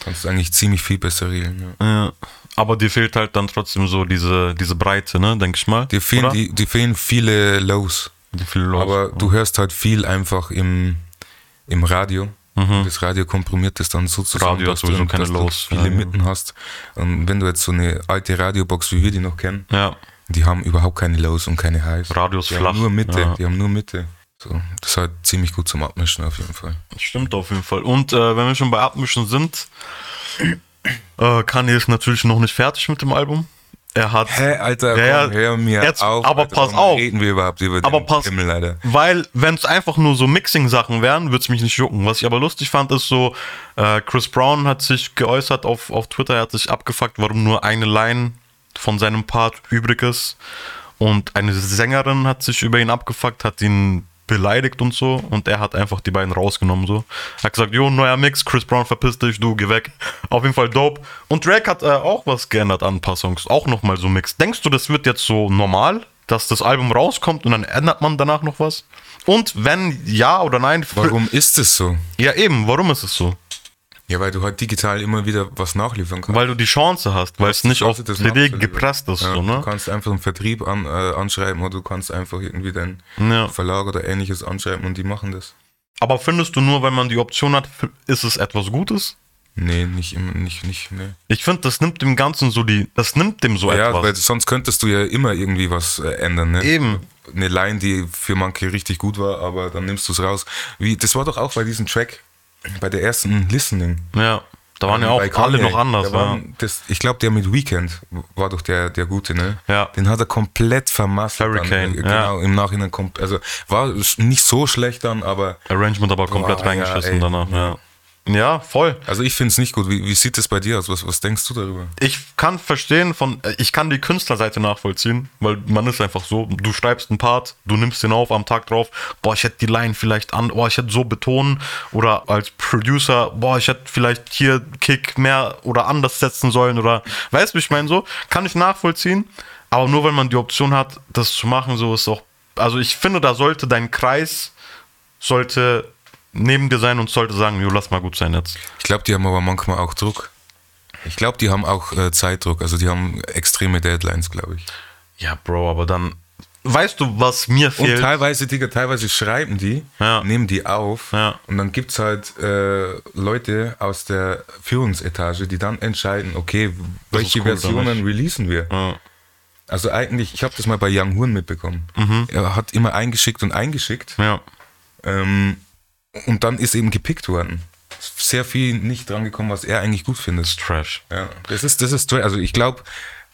B: Kannst du eigentlich ziemlich viel besser regeln. Ja.
C: Ja. Aber dir fehlt halt dann trotzdem so diese, diese Breite, ne, denke ich mal.
B: Dir, fehlen
C: Oder?
B: die, dir fehlen viele Lows.
C: die viel los.
B: Aber du hörst halt viel einfach im, im Radio. Und Das Radio komprimiert das dann so zusammen,
C: Mhm. Radio hat
B: dass, du,
C: sowieso keine
B: dass du
C: Lows.
B: viele
C: Ja, ja.
B: Mitten hast. Und wenn du jetzt so eine alte Radiobox, wie wir die noch kennen,
C: ja.
B: die haben überhaupt keine Lows und keine Highs.
C: Radio ist
B: die
C: flach.
B: Haben nur Mitte,
C: Ja.
B: Die haben nur Mitte. So, das ist halt ziemlich gut zum Abmischen auf jeden Fall.
C: Stimmt auf jeden Fall. Und äh, wenn wir schon bei Abmischen sind, äh, Kanye ist natürlich noch nicht fertig mit dem Album. Er hat.
B: Hä, Alter,
C: Ja,
B: komm,
C: ja.
B: hör mir
C: Jetzt-
B: auf.
C: aber
B: Alter,
C: pass
B: warum
C: auf.
B: reden wir überhaupt über
C: Aber
B: den
C: pass-
B: Himmel, leider.
C: Weil, wenn es einfach nur so Mixing-Sachen wären, würde es mich nicht jucken. Was ich aber lustig fand, ist so, äh, Chris Brown hat sich geäußert auf, auf Twitter, er hat sich abgefuckt, warum nur eine Line von seinem Part übrig ist. Und eine Sängerin hat sich über ihn abgefuckt, hat ihn beleidigt und so. Und er hat einfach die beiden rausgenommen so. Hat gesagt, jo, neuer Mix, Chris Brown verpiss dich, du, geh weg. Auf jeden Fall dope. Und Drake hat äh, auch was geändert an Songs, auch nochmal so Mix. Denkst du, das wird jetzt so normal, dass das Album rauskommt und dann ändert man danach noch was? Und wenn ja oder nein,
B: Warum ist es so?
C: ja eben, warum ist es so?
B: Ja, weil du halt digital immer wieder was nachliefern kannst.
C: Weil du die Chance hast, weil es nicht auf
B: Also das
C: CD
B: machst du lieber.
C: gepresst ist,
B: Ja,
C: so, ne?
B: Du kannst einfach einen Vertrieb an, äh, anschreiben oder du kannst einfach irgendwie deinen
C: Ja.
B: Verlag oder ähnliches anschreiben und die machen das.
C: Aber findest du nur, wenn man die Option hat, f- ist es etwas Gutes?
B: Nee, nicht immer, nicht, nicht, nee.
C: Ich finde, das nimmt dem Ganzen so die, das nimmt dem so
B: Ja,
C: etwas.
B: weil sonst könntest du ja immer irgendwie was äh, ändern, ne?
C: Eben.
B: Eine Line, die für manche richtig gut war, aber dann nimmst du es raus. Wie, das war doch auch bei diesem Track, bei der ersten Listening.
C: Ja, da waren ja
B: Bei
C: auch
B: Kanye,
C: alle noch anders.
B: da
C: Ja.
B: waren, das, ich glaube, der mit Weekend war doch der, der Gute, ne?
C: Ja.
B: Den hat er komplett vermasselt.
C: Hurricane,
B: dann,
C: ja.
B: Genau, im Nachhinein. kom- Also war nicht so schlecht dann, aber.
C: Arrangement aber komplett
B: Boah, ja,
C: reingeschissen
B: ey.
C: danach. Ja. ja, voll.
B: Also ich finde es nicht gut. Wie, wie sieht es bei dir aus? Was, was denkst du darüber?
C: Ich kann verstehen von, ich kann die Künstlerseite nachvollziehen, weil man ist einfach so, du schreibst einen Part, du nimmst den auf am Tag drauf, boah, ich hätte die Line vielleicht an, boah, ich hätte so betonen oder als Producer, boah, ich hätte vielleicht hier Kick mehr oder anders setzen sollen oder, weißt du, wie ich meine so, kann ich nachvollziehen, aber nur wenn man die Option hat, das zu machen, so ist auch also ich finde, da sollte dein Kreis sollte neben dir sein und sollte sagen, jo, lass mal gut sein jetzt.
B: Ich glaube, die haben aber manchmal auch Druck. Ich glaube, die haben auch äh, Zeitdruck. Also die haben extreme Deadlines, glaube ich.
C: Ja, Bro, aber dann weißt du, was mir
B: Und
C: fehlt.
B: teilweise, Digga, teilweise schreiben die,
C: Ja.
B: nehmen die auf
C: Ja.
B: und dann gibt es halt äh, Leute aus der Führungsetage, die dann entscheiden, okay, welche
C: cool, oder
B: Versionen releasen wir.
C: Ja.
B: Also eigentlich, ich habe das mal bei Young Huren mitbekommen.
C: Mhm.
B: Er hat immer eingeschickt und eingeschickt
C: Ja.
B: ähm, und dann ist eben gepickt worden. Sehr viel nicht dran gekommen, was er eigentlich gut findet.
C: Trash.
B: Ja, das ist, das ist, also ich glaube,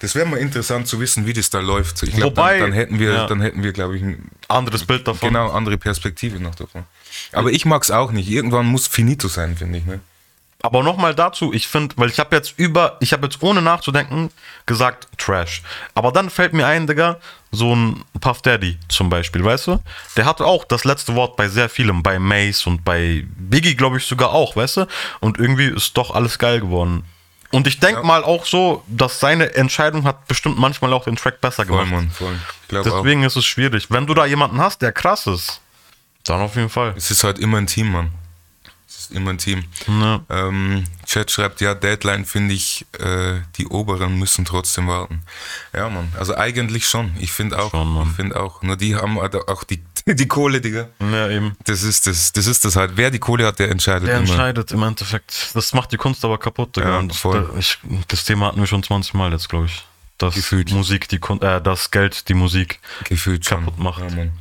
B: das wäre mal interessant zu wissen, wie das da läuft. Ich glaube,
C: Wobei-
B: dann, dann hätten wir,
C: ja.
B: dann hätten wir, glaube ich, ein
C: Anderes Bild davon.
B: genau andere Perspektive noch davon. Aber ich mag es auch nicht. Irgendwann muss finito sein, finde ich. Ne?
C: Aber nochmal dazu, ich finde, weil ich habe jetzt über, ich habe jetzt ohne nachzudenken gesagt Trash. Aber dann fällt mir ein, Digga, so ein Puff Daddy zum Beispiel, weißt du? Der hatte auch das letzte Wort bei sehr vielem, bei Mace und bei Biggie, glaube ich, sogar auch, weißt du? Und irgendwie ist doch alles geil geworden. Und ich denke mal auch so, dass seine Entscheidung hat bestimmt manchmal auch den Track besser
B: Voll,
C: gemacht.
B: Mann, voll. Ich glaube auch.
C: Deswegen ist es schwierig. Wenn du da jemanden hast, der krass ist, dann auf jeden Fall.
B: Es ist halt immer ein Team, Mann. Es ist immer ein Team.
C: Ja.
B: Ähm, Chat schreibt, ja, Deadline finde ich, äh, die Oberen müssen trotzdem warten. Ja, Mann. Also eigentlich schon. Ich finde auch.
C: Schon, Mann.
B: ich finde auch. Nur die haben halt auch die, die Kohle, Digga.
C: Ja, eben.
B: Das ist das, das ist das halt. Wer die Kohle hat, der entscheidet
C: Der
B: immer.
C: entscheidet im Endeffekt. Das macht die Kunst aber kaputt. Digga.
B: Ja,
C: Und
B: voll.
C: da- Ich, das Thema hatten wir schon 20 Mal jetzt, glaube ich. Dass
B: Gefühlt.
C: Musik die Kun äh, das Geld die Musik.
B: Gefühlt schon.
C: kaputt macht.
B: Ja, Mann.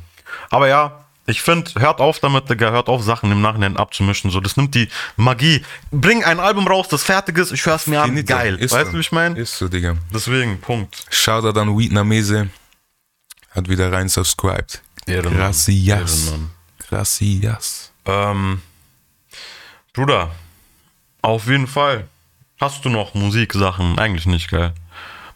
C: Aber ja, ich finde, hört auf damit, Digga, hört auf, Sachen im Nachhinein abzumischen. So, das nimmt die Magie. Bring ein Album raus, das fertig ist, ich höre es mir an.
B: Finito.
C: Geil.
B: Ist
C: weißt
B: so.
C: du, wie ich meine?
B: Ist so, Digga.
C: Deswegen, Punkt.
B: Shoutout an Vietnamese. Hat wieder rein subscribed.
C: Ehrenmann.
B: Gracias.
C: Ehrenmann.
B: Gracias.
C: Ähm, Bruder, auf jeden Fall. Hast du noch Musiksachen? Eigentlich nicht, geil.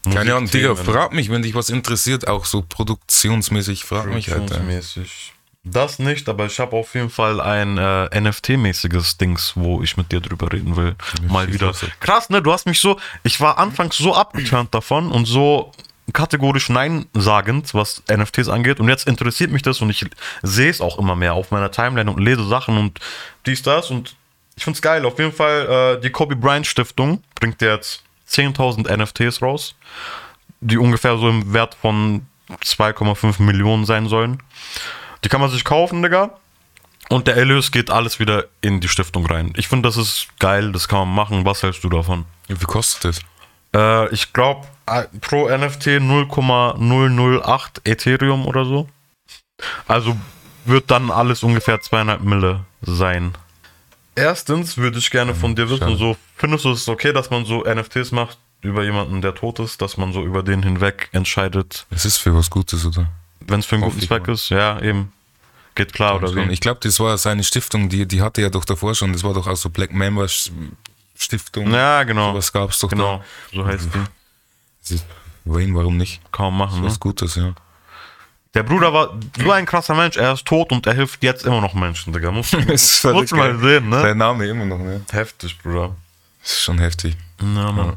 B: Keine Ahnung, Digga,
C: Musikthemen.
B: frag mich, wenn dich was interessiert, auch so produktionsmäßig, frag mich, Alter.
C: Produktionsmäßig. Das nicht, aber ich habe auf jeden Fall ein äh, NFT-mäßiges Dings, wo ich mit dir drüber reden will. Mal wieder. Krass, ne? Du hast mich so, ich war anfangs so abgeturnt davon und so kategorisch Nein sagend, was NFTs angeht. Und jetzt interessiert mich das und ich sehe es auch immer mehr auf meiner Timeline und lese Sachen und dies, das. Und ich find's geil. Auf jeden Fall, äh, die Kobe Bryant Stiftung bringt jetzt 10.000 NFTs raus die ungefähr so im Wert von 2,5 Millionen sein sollen. Die kann man sich kaufen, Digga. Und der Erlös geht alles wieder in die Stiftung rein. Ich finde, das ist geil, das kann man machen. Was hältst du davon?
B: Wie viel kostet das?
C: Äh, ich glaube, pro NFT 0,008 Ethereum oder so. Also wird dann alles ungefähr zweieinhalb Mille sein. Erstens würde ich gerne von dir wissen,
B: Hm, schade.
C: so findest du es okay, dass man so NFTs macht über jemanden, der tot ist, dass man so über den hinweg entscheidet,
B: Es ist für was Gutes, oder?
C: wenn es für einen
B: Hoffe
C: guten
B: ich
C: Zweck
B: mal.
C: ist? Ja, eben. Geht klar, oder wie?
B: Ich glaube, das war seine Stiftung, die, die hatte ja doch davor schon, das war doch auch so Black Members Stiftung.
C: Ja, genau.
B: Was gab's doch
C: Genau, so heißt
B: Mhm.
C: die.
B: da? Wayne, warum nicht?
C: Kaum machen, ne?
B: Was Gutes, ja.
C: Der Bruder war so ein krasser Mensch, er ist tot und er hilft jetzt immer noch Menschen, Digga. Muss,
B: Das ist
C: muss
B: verrückt,
C: mal
B: gell?
C: sehen, ne?
B: Sein Name immer noch, ne?
C: Heftig, Bruder.
B: Das ist schon heftig.
C: Ja, Mann.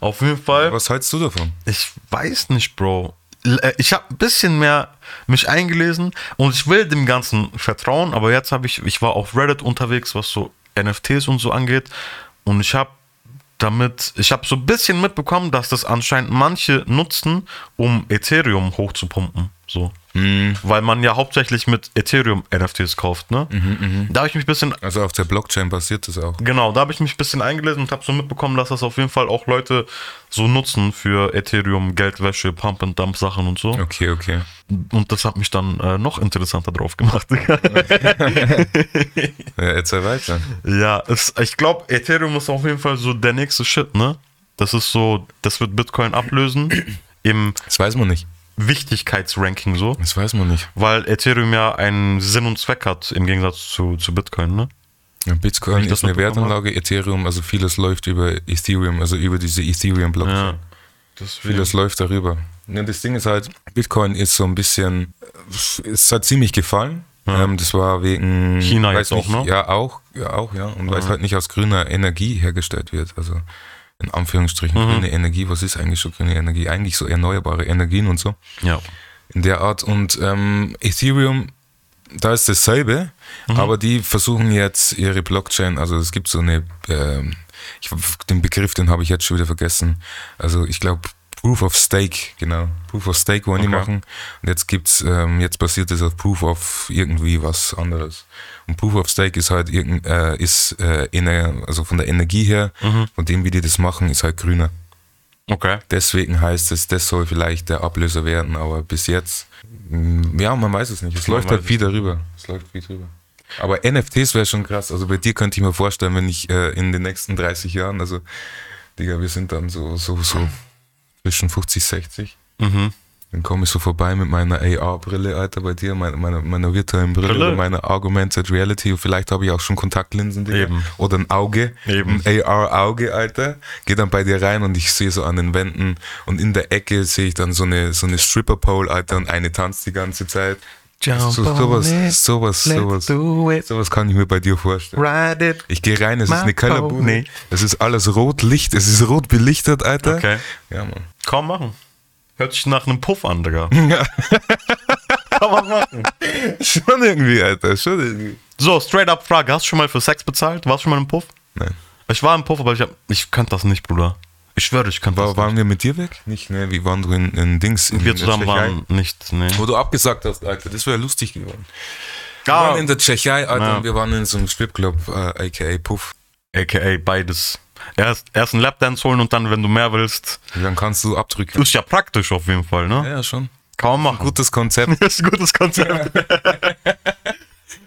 C: Auf jeden Fall,
B: Was hältst du davon?
C: ich weiß nicht, Bro. L- äh, Ich habe ein bisschen mehr mich eingelesen und ich will dem Ganzen vertrauen, aber jetzt habe ich, ich war auf Reddit unterwegs, was so NFTs und so angeht und ich habe damit, ich habe so ein bisschen mitbekommen, dass das anscheinend manche nutzen, um Ethereum hochzupumpen, so. Weil man ja hauptsächlich mit Ethereum NFTs kauft, ne? da habe ich mich ein bisschen
B: Also auf der Blockchain basiert das auch.
C: Genau, da habe ich mich ein bisschen eingelesen und habe so mitbekommen, dass das auf jeden Fall auch Leute so nutzen für Ethereum, Geldwäsche, Pump-and-Dump-Sachen und so.
B: Okay, okay.
C: Und das hat mich dann äh, noch interessanter drauf gemacht. Digga.
B: Ja, erzähl weiter.
C: ja, es, ich glaube, Ethereum ist auf jeden Fall so der nächste Shit, ne? Das ist so, das wird Bitcoin ablösen im
B: Das weiß man nicht.
C: Wichtigkeitsranking so,
B: Das weiß man nicht.
C: weil Ethereum ja einen Sinn und Zweck hat im Gegensatz zu, zu Bitcoin, ne?
B: Ja, Bitcoin
C: Nicht, dass
B: ist eine
C: man bekommen
B: Wertanlage, Ethereum, also vieles läuft über Ethereum, also über diese Ethereum-Blockchain.
C: Deswegen.
B: Vieles läuft darüber. Ja, das Ding ist halt, Bitcoin ist so ein bisschen, es hat ziemlich gefallen. Ähm, das war wegen
C: China
B: weiß
C: jetzt auch,
B: nicht,
C: ne?
B: Ja, auch, ja, auch, ja. Und weil es halt nicht aus grüner Energie hergestellt wird. Also in Mhm. Anführungsstrichen grüne Energie, was ist eigentlich schon grüne Energie? Eigentlich so erneuerbare Energien und so.
C: Ja.
B: in der Art. Und ähm, Ethereum, da ist dasselbe, aber die versuchen jetzt ihre Blockchain, also es gibt so eine, ähm, ich, den Begriff, den habe ich jetzt schon wieder vergessen. Also ich glaube Proof of Stake, genau. Proof of Stake wollen die
C: Okay.
B: machen. Und jetzt gibt's, ähm, jetzt basiert es auf Proof of irgendwie was anderes. Und Proof of Stake ist halt irgend, äh, ist äh, ener- also von der Energie her, von dem, wie die das machen, ist halt grüner.
C: Okay.
B: Deswegen heißt es, das soll vielleicht der Ablöser werden, aber bis jetzt, mm, ja, man weiß es nicht. Es
C: Man
B: läuft halt
C: weiß
B: viel darüber. Es läuft viel drüber. Aber NFTs wäre schon krass. Also bei dir könnte ich mir vorstellen, wenn ich äh, in den nächsten 30 Jahren, also, Digga, wir sind dann so, so, so zwischen 50, 60.
C: Mhm.
B: Dann komme ich so vorbei mit meiner AR-Brille, Alter, bei dir, meiner, meiner, meiner virtuellen Brille,
C: Brille?
B: oder meiner Augmented Reality. Vielleicht habe ich auch schon Kontaktlinsen, Digga.
C: Eben.
B: Oder ein Auge.
C: Eben.
B: Ein AR-Auge, Alter. Geh dann bei dir rein und ich sehe so an den Wänden und in der Ecke sehe ich dann so eine, so eine Stripper-Pole, Alter, und eine tanzt die ganze Zeit. So, sowas, sowas, sowas. Sowas kann ich mir bei dir vorstellen.
C: Ride it.
B: Ich gehe rein, es ist
C: Mach
B: eine Kellerbude.
C: Pony.
B: Es ist alles rot, Licht, es ist rot belichtet, Alter.
C: Okay.
B: Ja, Mann.
C: Kaum machen. Hört sich nach einem Puff an, Digga.
B: Schon irgendwie, Alter, schon irgendwie.
C: So, straight up Frage. Hast du schon mal für Sex bezahlt? Warst du schon mal im Puff?
B: Nein.
C: Ich war im Puff, aber ich, hab, ich kannte das nicht, Bruder. Ich schwöre, ich kannte
B: War,
C: das nicht.
B: waren wir mit dir weg? Nicht, ne? Wie waren du in, in Dings? In
C: Wir
B: der
C: zusammen
B: Tschechei?
C: waren nicht, nee.
B: Wo du abgesagt hast, Alter, das wäre lustig geworden. Wir
C: Gar
B: waren in der Tschechei, Alter,
C: Ah. Ja.
B: und wir waren in so einem Stripclub, äh, aka Puff.
C: AKA beides. Erst, erst einen Lapdance holen und dann, wenn du mehr willst.
B: Dann kannst du abdrücken.
C: Ist ja praktisch auf jeden Fall, ne?
B: Ja, schon.
C: Kaum machen.
B: Gutes Konzept.
C: Das ist ein gutes Konzept.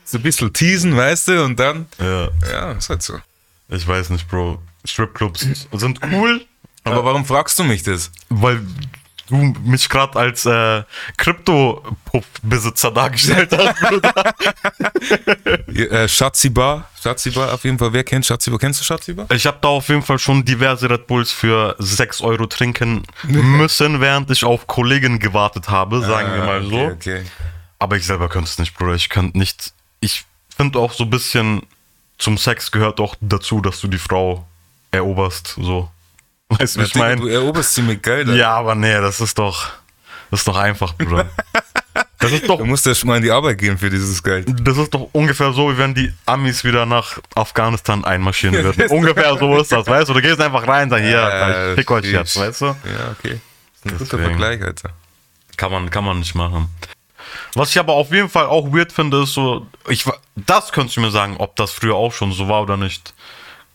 B: So ein bisschen teasen, weißt du, und dann.
C: Ja.
B: Ja, ist halt so.
C: Ich weiß nicht, Bro. Stripclubs sind cool,
B: Aber warum fragst du mich das?
C: weil du mich gerade als äh, Krypto-Puff-Besitzer dargestellt hast, Bruder.
B: Äh, Schatzi Bar, Schatzi Bar auf jeden Fall. Wer kennt Schatzi Bar? Kennst du Schatzi Bar?
C: Ich habe da auf jeden Fall schon diverse Red Bulls für 6 Euro trinken müssen, während ich auf Kollegen gewartet habe, sagen wir mal so.
B: Ah, Okay, okay.
C: Aber ich selber könnte es nicht, Bruder. Ich könnte nicht. Ich finde auch so ein bisschen zum Sex gehört auch dazu, dass du die Frau eroberst. So. Weißt du, wie ich
B: Digga, du
C: meine?
B: eroberst sie mit Geld, Alter.
C: Ja, aber nee, das ist doch. Das ist doch einfach, Bruder. Das ist doch,
B: Du musst ja schon mal in die Arbeit gehen für dieses Geld.
C: das ist doch ungefähr so, wie wenn die Amis wieder nach Afghanistan einmarschieren würden. Ungefähr so ist das, weißt du? Du gehst einfach rein und sagst, hier,
B: Ja,
C: ich fick euch jetzt,
B: süß.
C: weißt du?
B: Ja, okay. Das ist ein guter
C: Deswegen.
B: Vergleich, Alter.
C: Kann man, kann man nicht machen. Was ich aber auf jeden Fall auch weird finde, ist so, ich, wa- das könntest du mir sagen, ob das früher auch schon so war oder nicht.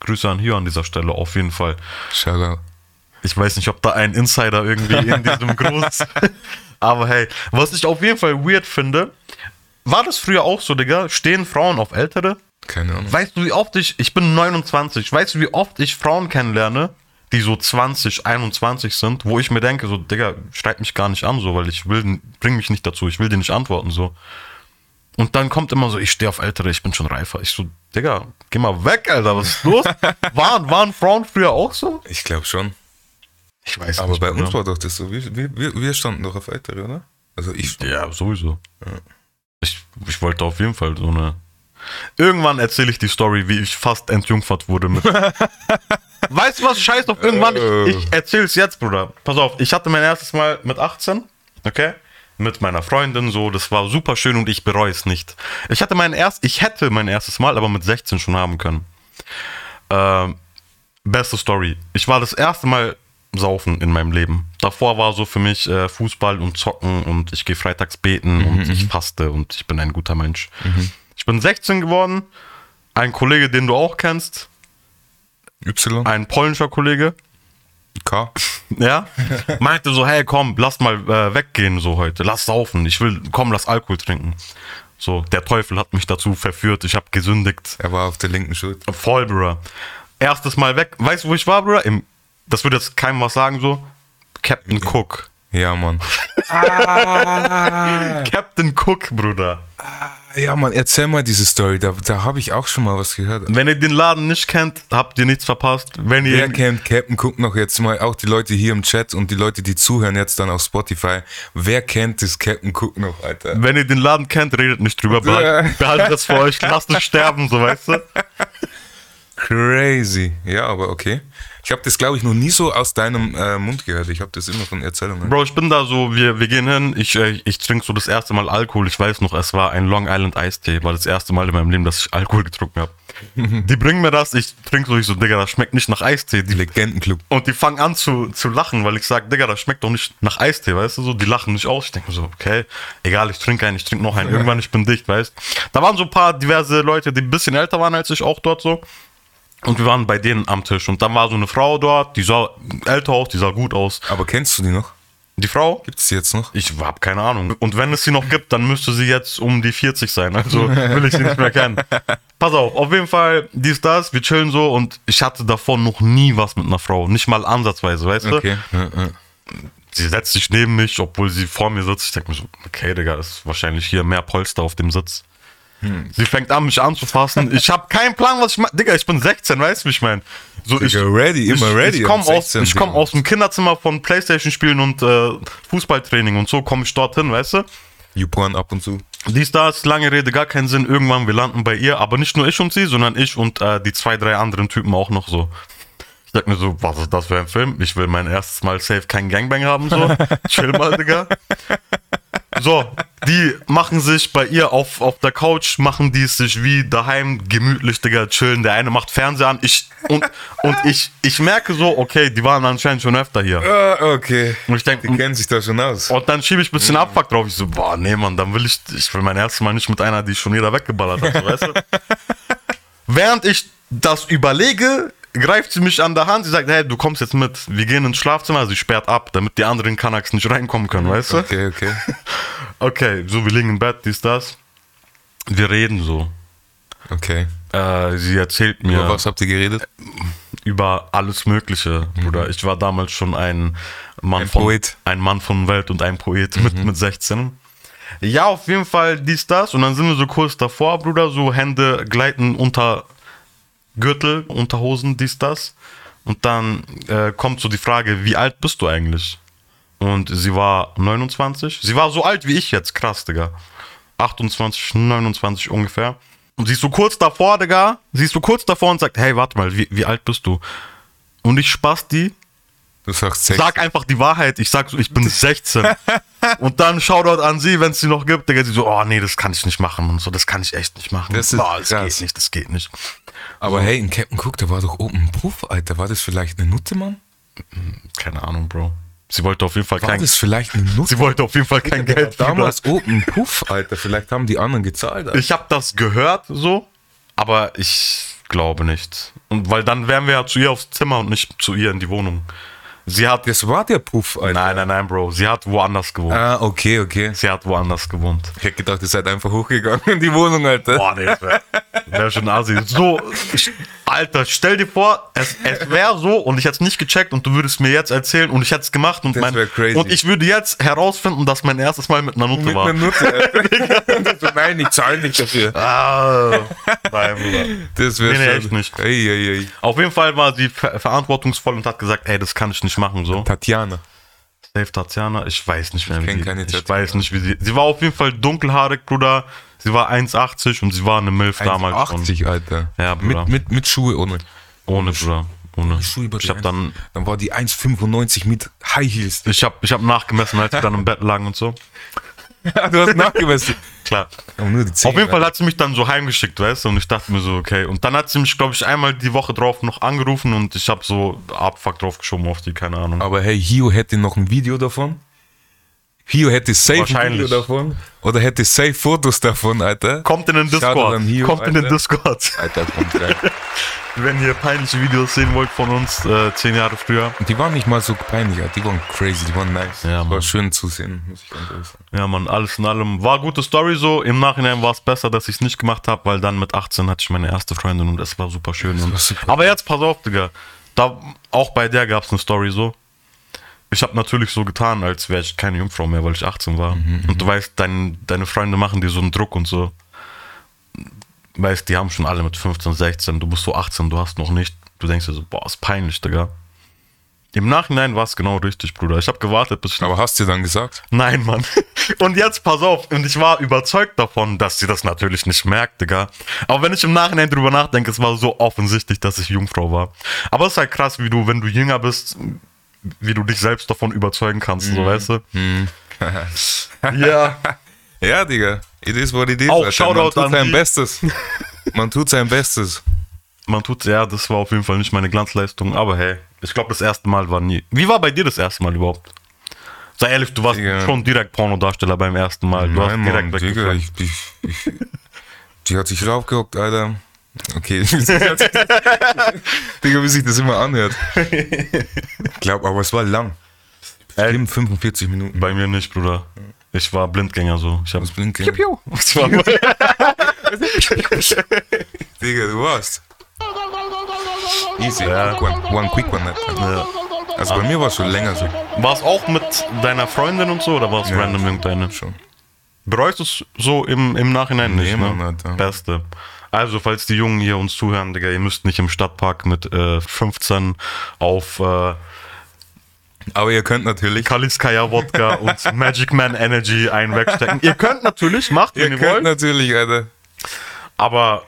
C: Grüße an hier an dieser Stelle, auf jeden Fall.
B: Shoutout.
C: Ich weiß nicht, ob da ein Insider irgendwie in diesem Gruß. aber hey, was ich auf jeden Fall weird finde, war das früher auch so, Digga? Stehen Frauen auf Ältere?
B: Keine Ahnung.
C: Weißt du, wie oft ich, ich bin 29, weißt du, wie oft ich Frauen kennenlerne, die so 20, 21 sind, wo ich mir denke, so, Digga, schreib mich gar nicht an, so, weil ich will, bring mich nicht dazu, ich will dir nicht antworten, so. Und dann kommt immer so, ich stehe auf Ältere, ich bin schon reifer. Ich so, Digga, geh mal weg, Alter, was ist los? waren, waren Frauen früher auch so?
B: Ich glaube schon.
C: Ich weiß
B: Aber bei uns
C: genau.
B: war doch das so. Wir, wir, wir- wir standen doch auf Ältere, oder? Also ich.
C: Ja, sowieso. Ich, ich wollte auf jeden Fall so eine. Irgendwann erzähle ich die Story, wie ich fast entjungfert wurde mit. Äh. weißt du was? Scheiß auf irgendwann. Ich, ich erzähle es jetzt, Bruder. Pass auf, ich hatte mein erstes Mal mit 18, okay? Mit meiner Freundin so, das war super schön und ich bereue es nicht. Ich hatte mein erst, ich hätte mein erstes Mal aber mit 16 schon haben können. Ähm, beste Story. Ich war das erste Mal saufen in meinem Leben. Davor war so für mich äh, Fußball und Zocken und ich gehe freitags beten und ich faste und ich bin ein guter Mensch. Ich bin 16 geworden. Ein Kollege, den du auch kennst,
B: Y.
C: ein polnischer Kollege,
B: K.
C: ja, meinte so, hey, komm, lass mal äh, weggehen so heute, lass saufen, ich will, komm, lass Alkohol trinken. So, der Teufel hat mich dazu verführt, ich habe gesündigt.
B: Er war auf der linken Schulter.
C: Voll, Bruder. Erstes Mal weg. Weißt du, wo ich war, Bruder? Im, das würde jetzt keinem was sagen, so. Captain Cook.
B: Ja, Mann. Ah.
C: Captain Cook, Bruder.
B: Ja, Mann, erzähl mal diese Story. Da, da habe ich auch schon mal was gehört.
C: Wenn ihr den Laden nicht kennt, habt ihr nichts verpasst. Wenn ihr.
B: Wer kennt Captain Cook noch jetzt mal? Auch die Leute hier im Chat und die Leute, die zuhören jetzt dann auf Spotify. Wer kennt das Captain Cook noch, Alter?
C: wenn ihr den Laden kennt, redet nicht drüber. Behalt, behaltet das für euch. Lasst es sterben, so weißt du.
B: Crazy. Ja, aber okay. Ich habe das, glaube ich, noch nie so aus deinem äh, Mund gehört. Ich habe das immer von Erzählungen.
C: Bro, ich bin da so, wir, wir gehen hin, ich, äh, ich trinke so das erste Mal Alkohol. Ich weiß noch, es war ein Long Island Eistee, war das erste Mal in meinem Leben, dass ich Alkohol getrunken habe. die bringen mir das, ich trinke so, ich so, Digga, das schmeckt nicht nach Eistee. Die,
B: Legendenclub.
C: und die fangen an zu, zu lachen, weil ich sage, Digga, das schmeckt doch nicht nach Eistee, weißt du so. Die lachen nicht aus. Ich denke mir so, okay, egal, ich trinke einen, ich trinke noch einen. Irgendwann, ich bin dicht, weißt Da waren so ein paar diverse Leute, die ein bisschen älter waren als ich, auch dort so. Und wir waren bei denen am Tisch. Und dann war so eine Frau dort, die sah älter aus, die sah gut aus.
B: Aber kennst du die noch?
C: Die Frau?
B: Gibt es die jetzt noch?
C: Ich hab keine Ahnung. Und wenn es sie noch gibt, dann müsste sie jetzt um die 40 sein. Also will ich sie nicht mehr kennen. Pass auf, auf jeden Fall, dies, das, wir chillen so und ich hatte davon noch nie was mit einer Frau. Nicht mal ansatzweise, weißt du?
B: Okay. Ja, ja.
C: sie setzt sich neben mich, obwohl sie vor mir sitzt. Ich denke mir so, okay, Digga, ist wahrscheinlich hier mehr Polster auf dem Sitz.
B: Hm.
C: Sie fängt an, mich anzufassen. Ich habe keinen Plan, was ich mache. Digga, ich bin 16, weißt du, wie ich meine? So,
B: Digga, ready, immer
C: ich,
B: ready
C: Ich
B: am
C: komme aus,
B: 16,
C: ich komm
B: Digga.
C: aus dem Kinderzimmer von Playstation-Spielen und äh, Fußballtraining und so komme ich dorthin, weißt du?
B: You porn ab und zu.
C: Dies, das, lange Rede, gar keinen Sinn. Irgendwann, wir landen bei ihr. Aber nicht nur ich und sie, sondern ich und äh, die zwei, drei anderen Typen auch noch so. Ich denk mir so, was ist das für ein Film? Ich will mein erstes Mal safe keinen Gangbang haben, so. Chill mal, Digga. So, die machen sich bei ihr auf, auf der Couch, machen die es sich wie daheim gemütlich, Digga, chillen. Der eine macht Fernseher an. Ich, und und ich, ich merke so, okay, die waren anscheinend schon öfter hier.
B: Ah, okay.
C: Und ich denke,
B: Die kennen sich da schon aus.
C: und dann schiebe ich ein bisschen
B: Mhm.
C: Abfuck drauf. Ich so, boah, nee, Mann, dann will ich, ich will mein erstes Mal nicht mit einer, die schon jeder weggeballert hat, so, weißt du? Während ich das überlege, greift sie mich an der Hand. Sie sagt, hey, du kommst jetzt mit. Wir gehen ins Schlafzimmer. Sie sperrt ab, damit die anderen Kanaks nicht reinkommen können, weißt du?
B: Mhm, Okay, okay.
C: Okay, so, wir liegen im Bett, dies, das. Wir reden so.
B: Okay.
C: Äh, sie erzählt mir
B: Über was habt ihr geredet?
C: über alles Mögliche, Bruder. Ich war damals schon ein
B: Mhm.
C: Mann
B: Ein
C: von
B: Poet. Mhm.
C: ein Mann von Welt und ein Poet mit, mit 16. Ja, auf jeden Fall dies, das. Und dann sind wir so kurz davor, Bruder, so Hände gleiten unter Gürtel, Unterhosen, dies, das. Und dann äh, kommt so die Frage, wie alt bist du eigentlich? Und sie war 29. Sie war so alt wie ich jetzt, krass, Digga. 28, 29 ungefähr. Und sie ist so kurz davor, Digga. Sie ist so kurz davor und sagt, hey, warte mal, wie, wie alt bist du? Und ich spaß die,
B: Du sagst Sex.
C: sag einfach die Wahrheit. Ich sag so, ich bin 16. und dann Shoutout an sie, wenn es sie noch gibt. Digga, sie so, oh nee, das kann ich nicht machen und so, das kann ich echt nicht machen.
B: Das ist
C: Boah, das
B: krass.
C: geht nicht, das geht nicht.
B: Aber hey, in Captain Cook, da war doch oben ein Puff, Alter. War das vielleicht eine Nutte, Mann?
C: Keine Ahnung, Bro. Sie wollte auf jeden Fall
B: War
C: kein,
B: das vielleicht eine Nutte?
C: sie wollte auf jeden Fall kein Geld.
B: Damals oben ein Puff, Alter. Vielleicht haben die anderen gezahlt. Alter.
C: Ich habe das gehört so, aber ich glaube nicht. Und weil dann wären wir ja zu ihr aufs Zimmer und nicht zu ihr in die Wohnung. Sie hat
B: Das war der Puff, Alter.
C: Nein, nein, nein, Bro. Sie hat woanders gewohnt.
B: Ah, okay, okay.
C: Sie hat woanders gewohnt.
B: Ich hätte gedacht, ihr seid einfach hochgegangen in die Wohnung, Alter.
C: Boah, nee, das wäre wär schon assi. So, ich, Alter, stell dir vor, es, es wäre so und ich hätte es nicht gecheckt und du würdest mir jetzt erzählen und ich hätte es gemacht und
B: Das
C: mein,
B: wär crazy.
C: und ich würde jetzt herausfinden, dass mein erstes Mal mit einer Nutte
B: Mit
C: war.
B: einer Nutte, Alter. so, nein, ich zahle nicht dafür.
C: ah, nein, Bruder.
B: Das wäre
C: Nee, nee,
B: schon.
C: echt nicht.
B: Ey, ey, ey.
C: Auf jeden Fall war sie ver verantwortungsvoll und hat gesagt, ey, das kann ich nicht machen so.
B: Tatjana.
C: Safe Tatjana, ich weiß nicht mehr, wie
B: kenn
C: sie,
B: keine
C: ich
B: Tatjana.
C: weiß nicht, wie sie. Sie war auf jeden Fall dunkelhaarig, Bruder. Sie war 1,80 und sie war eine Milf damals schon.
B: 80, Alter.
C: Ja, Bruder.
B: mit, mit, mit Schuhe ohne.
C: Ohne, Bruder. Ohne. Ich habe dann,
B: Dann war die 1,95 mit High Heels.
C: ich habe, ich habe nachgemessen, als wir dann im Bett lagen und so.
B: du hast nachgemessen.
C: Klar.
B: Aber nur die 10,
C: Auf jeden Fall hat sie mich dann so heimgeschickt, weißt du, und ich dachte mir so, okay. Und dann hat sie mich, glaube ich, einmal die Woche drauf noch angerufen und ich habe so Abfuck draufgeschoben auf die, keine Ahnung.
B: Aber hey, Hio hätte noch ein Video davon. Hio hätte safe
C: Wahrscheinlich.
B: ein Video davon. Oder hätte safe Fotos davon, Alter.
C: Kommt in den
B: Shoutout
C: Discord.
B: an Hio,
C: Kommt in den
B: Alter.
C: Discord.
B: Alter, kommt rein.
C: Wenn ihr peinliche Videos sehen wollt von uns, äh, zehn Jahre früher.
B: Und die waren nicht mal so peinlich, Alter. die waren crazy, die waren nice.
C: Ja,
B: war
C: Mann.
B: schön zu sehen, muss ich ganz ehrlich sagen.
C: Ja, Mann, alles in allem war gute Story so. Im Nachhinein war es besser, dass ich es nicht gemacht habe, weil dann mit 18 hatte ich meine erste Freundin und es war super schön. Und,
B: war super.
C: Aber jetzt pass auf, Digga. Da, auch bei der gab es eine Story so. Ich habe natürlich so getan, als wäre ich keine Jungfrau mehr, weil ich 18
B: Mhm,
C: war. und du weißt, dein, deine Freunde machen dir so einen Druck und so. Weißt, die haben schon alle mit 15, 16, du bist so 18, du hast noch nicht. Du denkst dir so, boah, ist peinlich, Digga. Im Nachhinein war es genau richtig, Bruder. Ich habe gewartet, bis ich.
B: Aber hast du dann gesagt?
C: Nein, Mann. Und jetzt pass auf. Und ich war überzeugt davon, dass sie das natürlich nicht merkt, Digga. Aber wenn ich im Nachhinein drüber nachdenke, es war so offensichtlich, dass ich Jungfrau war. Aber es ist halt krass, wie du, wenn du jünger bist, wie du dich selbst davon überzeugen kannst,
B: Mhm.
C: so weißt du. Ja.
B: Ja, Digga. It is what it is. Alter.
C: Auch
B: Man
C: Shoutout
B: tut
C: an
B: sein
C: die-
B: Bestes. Man tut sein Bestes.
C: Man tut, ja, das war auf jeden Fall nicht meine Glanzleistung, aber hey, ich glaube, das erste Mal war nie. Wie war bei dir das erste Mal überhaupt? Sei ehrlich, du warst
B: Digga.
C: schon direkt Pornodarsteller beim ersten Mal. Du
B: Nein,
C: hast direkt
B: Mann, Digga,
C: weggefallen.
B: ich, ich, ich, Die hat sich raufgehockt, Alter. Okay. Digga, wie sich das immer anhört. Ich glaube, aber es war lang. Bestimmt 45 Minuten.
C: Äh. Bei mir nicht, Bruder. Ich war Blindgänger so. Ich hab,
B: Das Blinken.
C: ich war,
B: Digga, du warst. Easy. One, one quick one. Alter.
C: ja.
B: ne? Also bei mir war es schon länger so.
C: War es auch mit deiner Freundin und so oder war es
B: Ja.
C: random irgendeine?
B: Schon.
C: Bereust du es so im, im Nachhinein
B: Nee,
C: nicht? Ne?
B: Mann, Alter.
C: Beste. Also, falls die Jungen hier uns zuhören, Digga, ihr müsst nicht im Stadtpark mit äh, 15 auf äh,
B: Aber ihr könnt natürlich.
C: Kaliskaya Wodka und Magic Man Energy einen wegstecken. Ihr könnt natürlich, macht,
B: Ihr
C: wenn ihr,
B: könnt
C: wollt.
B: natürlich, Alter.
C: Aber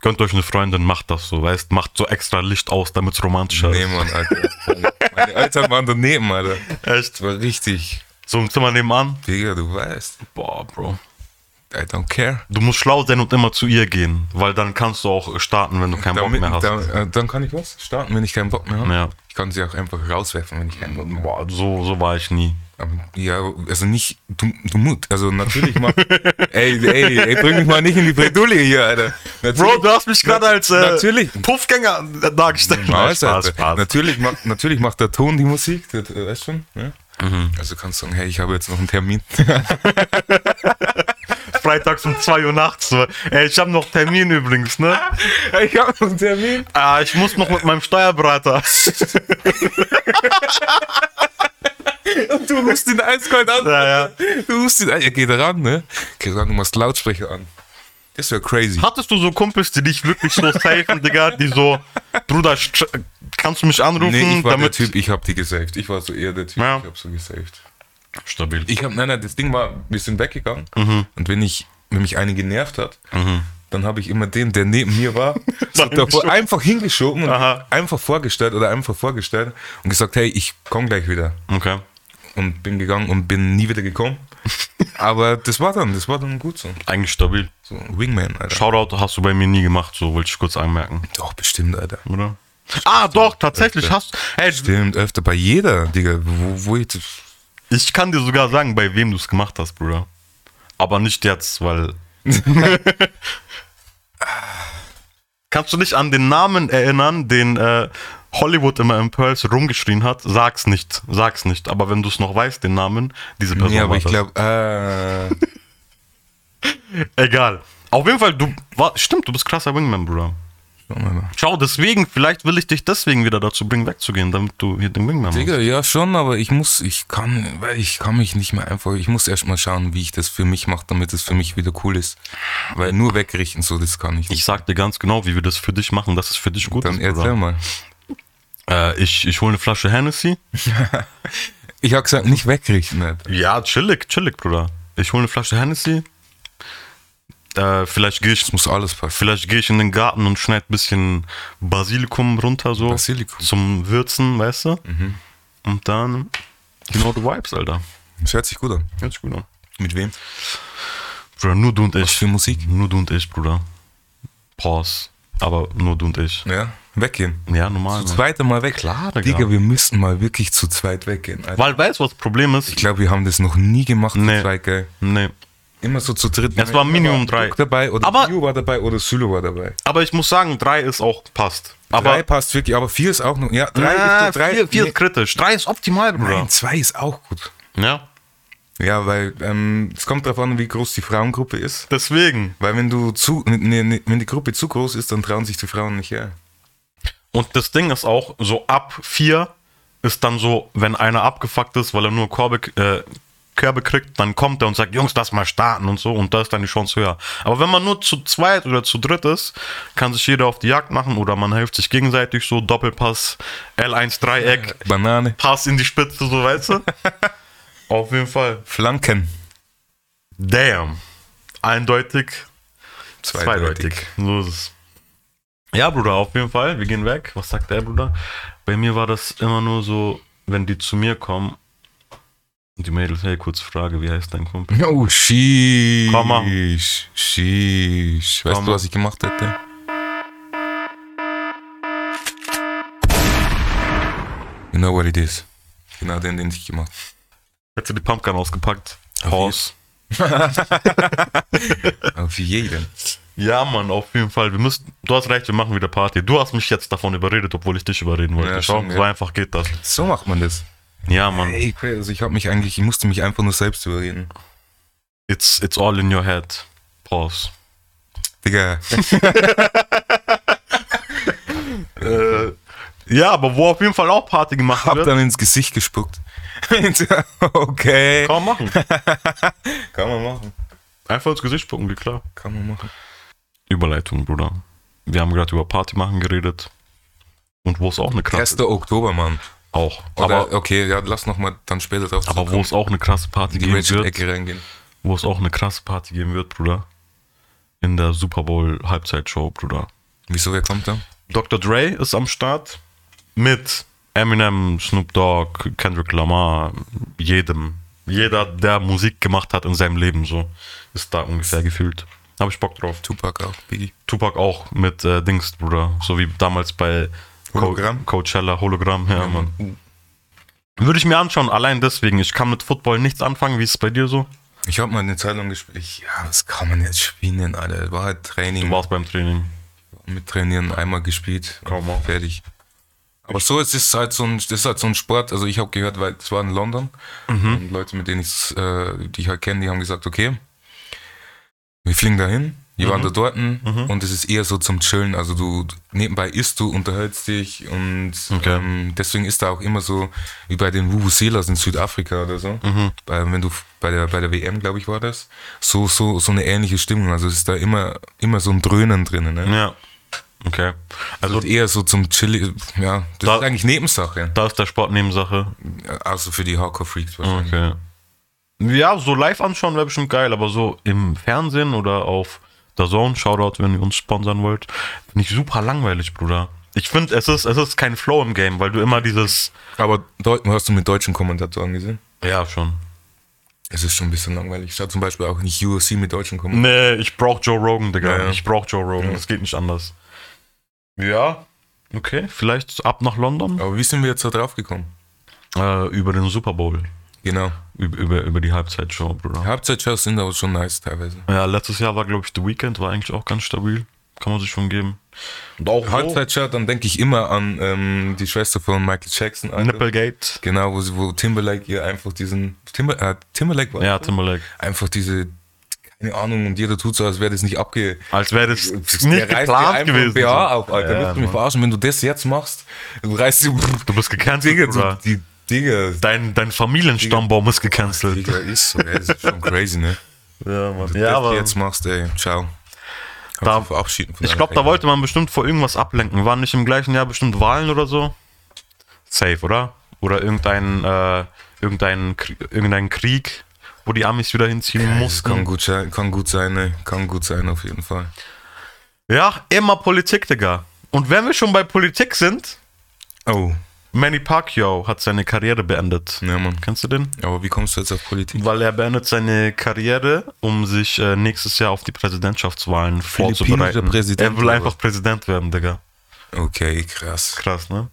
C: gönnt euch eine Freundin, macht das so, weißt Macht so extra Licht aus, damit es romantischer
B: Nee, Mann, Alter. Meine Eltern waren daneben, Alter.
C: ist.
B: Das
C: Echt?
B: war richtig.
C: So im Zimmer nebenan.
B: Digga, du weißt.
C: Boah, Bro.
B: I don't care.
C: Du musst schlau sein und immer zu ihr gehen, weil dann kannst du auch starten, wenn du keinen Bock
B: Damit,
C: mehr hast.
B: dann, äh, dann kann ich was starten, wenn ich keinen Bock mehr habe.
C: Ja.
B: Ich kann sie auch einfach rauswerfen, wenn ich keinen Bock mehr habe.
C: Boah, so, so war ich nie.
B: Aber, Ja, also nicht, du, du Mut. Also natürlich mal. ey, ey, ey, bring mich mal nicht in die Bredouille hier, Alter. Natürlich,
C: Bro, du hast mich gerade als äh,
B: Natürlich.
C: Puffgänger dargestellt. Nein,
B: Spaß, Alter. Natürlich, macht, natürlich macht der Ton die Musik, das, äh, weißt schon. Ja?
C: Mhm.
B: Also kannst du sagen, hey, ich habe jetzt noch einen Termin.
C: Freitags um 2 Uhr nachts. so. Ey, ich habe noch Termin übrigens, ne?
B: ich habe noch einen Termin.
C: Ah, ich muss noch mit meinem Steuerberater.
B: Du rufst ihn eiskalt an.
C: Ja, ja.
B: Du rufst ihn an. Ja, geh da ran, ne? Geh ran, du machst Lautsprecher an. Das wäre crazy.
C: Hattest du so Kumpels, die dich wirklich so safen, Digga, die so, Bruder, sch- kannst du mich anrufen,
B: Nee, ich war
C: damit.
B: der Typ, ich hab die gesaved. Ich war so eher der Typ,
C: Mhm. Ja.
B: ich hab so gesaved.
C: Stabil.
B: Ich hab, nein, nein, das Ding war, wir sind weggegangen
C: Mhm.
B: und wenn ich, wenn mich eine genervt hat, dann habe ich immer den, der neben mir war, so
C: Dann
B: davor einfach hingeschoben und
C: Aha.
B: einfach vorgestellt oder einfach vorgestellt und gesagt, hey, ich komm gleich wieder.
C: Okay.
B: Und bin gegangen und bin nie wieder gekommen. Aber das war dann, das war dann gut so.
C: Eigentlich stabil.
B: so Wingman, Alter.
C: Shoutout hast du bei mir nie gemacht, so wollte ich kurz anmerken,
B: Doch, bestimmt, Alter.
C: oder? Ah, doch, tatsächlich hast Hey,
B: Stimmt, öfter bei jeder, Digga. Wo, wo ich,
C: ich kann dir sogar sagen, bei wem du es gemacht hast, Bruder. Aber nicht jetzt, weil. Kannst du dich an den Namen erinnern, den äh, Hollywood immer in Pearls rumgeschrien hat? Sag's nicht, sag's nicht. Aber wenn du es noch weißt, den Namen, diese Person.
B: nee, aber
C: war
B: ich
C: das.
B: glaube, äh,
C: Egal. Auf jeden Fall, du war, stimmt, du bist krasser Wingman, Bruder.
B: schau mal.
C: Schau, deswegen, vielleicht will ich dich deswegen wieder dazu bringen, wegzugehen, damit du hier den Wingman machst.
B: Digga, ja schon, aber ich muss, ich kann, weil ich kann mich nicht mehr einfach, ich muss erstmal schauen, wie ich das für mich mache, damit es für mich wieder cool ist. Weil nur wegrichten, so, das kann ich nicht.
C: Ich sag dir ganz genau, wie wir das für dich machen, dass es für dich gut
B: Dann
C: ist,
B: erzähl
C: Bruder.
B: mal.
C: Äh, ich ich hole eine Flasche Hennessy.
B: Ich hab gesagt, nicht wegrichten, Alter.
C: Ja, chillig, chillig, Bruder. Ich hole eine Flasche Hennessy. Äh, vielleicht gehe ich,
B: Muss alles passen.
C: vielleicht geh ich in den Garten und schneide ein bisschen Basilikum runter, so.
B: Basilikum.
C: Zum Würzen, weißt du? Und dann. Genau die Vibes, Alter.
B: Das hört sich gut an.
C: Ganz gut an.
B: Mit wem?
C: Bruder, nur du und ich.
B: Was für Musik?
C: Nur du und ich, Bruder. Pause. Aber nur du und ich.
B: Ja, weggehen.
C: Ja, normal.
B: Zu
C: Mann.
B: zweit mal weg.
C: Klar, Digga.
B: Digga, wir müssen mal wirklich zu zweit weggehen, Alter.
C: Weil weißt du, was das Problem ist?
B: Ich glaube, wir haben das noch nie gemacht,
C: Nee.
B: zu zweit, gell?
C: nee.
B: Immer so zu dritt.
C: Es war Minimum
B: Da war
C: drei.
B: Luke dabei oder
C: Aber-
B: Dio war dabei oder Sülo war dabei.
C: Aber ich muss sagen, drei ist auch passt. Aber
B: drei passt wirklich, aber vier ist auch noch. Ja, drei,
C: Ah,
B: ist, drei
C: vier, vier
B: nee,
C: ist kritisch. Drei ist optimal, Bruder.
B: Nein, zwei ist auch gut.
C: Ja.
B: Ja, weil ähm, es kommt darauf an, wie groß die Frauengruppe ist.
C: Deswegen.
B: Weil wenn du zu, nee, nee, wenn die Gruppe zu groß ist, dann trauen sich die Frauen nicht her.
C: Und das Ding ist auch, so ab vier ist dann so, wenn einer abgefuckt ist, weil er nur Korbe, äh, Körbe kriegt, dann kommt er und sagt, Jungs, lass mal starten und so und da ist dann die Chance höher. Aber wenn man nur zu zweit oder zu dritt ist, kann sich jeder auf die Jagd machen oder man hilft sich gegenseitig so, Doppelpass, L1 Dreieck,
B: Banane.
C: Pass in die Spitze, so weißt du. auf jeden Fall.
B: Flanken.
C: Damn. Eindeutig, zweideutig. So ist es. Ja, Bruder, auf jeden Fall. Wir gehen weg. Was sagt der Bruder? Bei mir war das immer nur so, wenn die zu mir kommen, die Mädels, hey, kurze Frage, wie heißt dein Kumpel?
B: Oh, sheesh.
C: Komm mal.
B: Sheesh. Weißt
C: Komm
B: du,
C: mal.
B: was ich gemacht hätte? You know what it is. Genau den, den ich gemacht
C: Hätte die Pumpgun ausgepackt. Horse.
B: Auf jeden.
C: Ja, Mann, auf jeden Fall. Wir müssen, du hast recht, wir machen wieder Party. Du hast mich jetzt davon überredet, obwohl ich dich überreden wollte.
B: Ja,
C: Schau,
B: schon,
C: so
B: ja.
C: einfach geht das.
B: So macht man das.
C: Ja, Mann.
B: Ey, crazy. Also ich habe mich eigentlich, ich musste mich einfach nur selbst überreden.
C: It's, it's all in your head. Pause.
B: Digga.
C: Äh, ja, aber wo auf jeden Fall auch Party gemacht
B: Hab
C: wird.
B: dann ins Gesicht gespuckt. okay.
C: Komm, machen.
B: Kann man machen.
C: Einfach ins Gesicht spucken, wie klar.
B: Kann man machen.
C: Überleitung, Bruder. Wir haben gerade über Party machen geredet. Und wo es auch eine krasse
B: 1. Oktober, Mann.
C: auch.
B: Oder, äh,
C: aber
B: okay, ja, lass nochmal dann später drauf
C: aber wo
B: zurückkommen.
C: es auch eine krasse Party
B: in die
C: geben wird,
B: Ratchet-Ecke reingehen.
C: wo es auch eine krasse Party geben wird, Bruder. In der Super Bowl Halbzeitshow, Bruder.
B: Wieso, wer kommt da?
C: Dr. Dre ist am Start mit Eminem, Snoop Dogg, Kendrick Lamar, jedem. Jeder, der Musik gemacht hat in seinem Leben, so ist da ungefähr gefühlt. Habe ich Bock drauf.
B: Tupac auch, Biggie.
C: Tupac auch mit äh, Dings, Bruder. So wie damals bei Co-
B: Hologramm?
C: Coachella, Hologramm, ja, Mann.
B: Uh,
C: Würde ich mir anschauen, allein deswegen. Ich kann mit Football nichts anfangen. Wie ist es bei
B: Mhm.
C: dir so?
B: Ich hab mal eine Zeit lang gespielt. Ich- Ja, was kann man jetzt spielen, Alter? War halt
C: Du
B: Training,
C: warst beim Training.
B: mit Trainieren einmal gespielt.
C: Kaum mal.
B: Fertig. Aber so, es ist halt so ein, das ist halt so ein Sport. Also ich habe gehört, weil es war in London und Leute, mit denen ich, äh, die ich halt kenne, die haben gesagt, okay, wir fliegen dahin. Die waren da dort und es ist eher so zum Chillen. Also du nebenbei isst du, unterhältst dich und
C: Okay.
B: ähm, deswegen ist da auch immer so wie bei den Vuvuzelas in Südafrika oder so. Bei, wenn du f- bei der bei der WM, glaube ich, war das so so so eine ähnliche Stimmung. Also es ist da immer immer so ein Dröhnen drinnen. Ne?
C: Ja. Okay. Also
B: Also eher so zum Chili, ja, das
C: Da-
B: ist eigentlich Nebensache.
C: da ist der Sport Nebensache.
B: Außer für die Hardcore-Freaks wahrscheinlich.
C: Okay. Ja, so live anschauen wäre bestimmt geil, aber so im Fernsehen oder auf der Zone, Shoutout, wenn ihr uns sponsern wollt, finde ich super langweilig, Bruder. Ich finde, es ist, es ist kein Flow im Game, weil du immer dieses.
B: Mhm. Aber Deu hast du mit deutschen Kommentatoren gesehen?
C: Ja, schon.
B: Es ist schon ein bisschen langweilig. Ich schaue zum Beispiel auch nicht UFC mit deutschen Kommentatoren.
C: Nee, ich brauch Joe Rogan, Digga.
B: Ja, ja.
C: Ich brauch Joe Rogan. Es geht nicht anders. Ja. Okay, vielleicht ab nach London.
B: Mhm. Aber wie sind wir jetzt da drauf gekommen?
C: Äh, über den Super Bowl.
B: Genau.
C: Über, über, über die Halbzeitshow, Bruder.
B: Halbzeitshows sind aber schon nice teilweise.
C: Ja, letztes Jahr war, glaube ich, The Weekend, war eigentlich auch ganz stabil. Kann man sich schon geben. Und auch
B: Halbzeitshow, dann denke ich immer an ähm, die Schwester von Michael Jackson. Alter.
C: Nipplegate.
B: Genau, wo, sie, wo Timberlake ihr einfach diesen. Timber, äh, Timberlake war
C: Ja, Timberlake.
B: einfach diese. Keine Ahnung, und jeder tut so, als wäre das nicht abge.
C: Als wäre das
B: Der
C: nicht
B: reißt dir
C: geplant
B: einfach
C: gewesen.
B: BH auf, Alter.
C: Ja,
B: Willst du mich
C: Mann.
B: verarschen? Wenn du das jetzt machst, du reißt die.
C: du bist
B: Digga,
C: gecancelt,
B: du,
C: Bruder.
B: die Digga.
C: Dein, dein Familienstammbaum ist gecancelt.
B: Digga, ist so, ey, das ist schon crazy, ne?
C: Ja, Mann.
B: Das
C: Ja, aber
B: jetzt machst, ey, ciao. Kannst
C: Da-
B: dich verabschieden von
C: ich
B: deiner
C: glaube, da
B: Karriere.
C: wollte man bestimmt vor irgendwas ablenken. Waren nicht im gleichen Jahr bestimmt Wahlen oder so? Safe, oder? Oder irgendein, äh, irgendein, Krie- irgendein Krieg, wo die Amis wieder hinziehen
B: Das kann
C: mussten.
B: gut sein, kann gut sein, ne? Kann gut sein, auf jeden Fall.
C: Ja, immer Politik, Digga. Und wenn wir schon bei Politik sind,
B: Oh,
C: Manny Pacquiao hat seine Karriere beendet.
B: ja, Mann.
C: Kennst du den?
B: Aber wie kommst du jetzt auf Politik?
C: Weil er beendet seine Karriere, um sich äh, nächstes Jahr auf die Präsidentschaftswahlen vorzubereiten.
B: Präsident
C: er will
B: oder
C: einfach Präsident werden, Digga.
B: Okay, krass.
C: Krass, ne?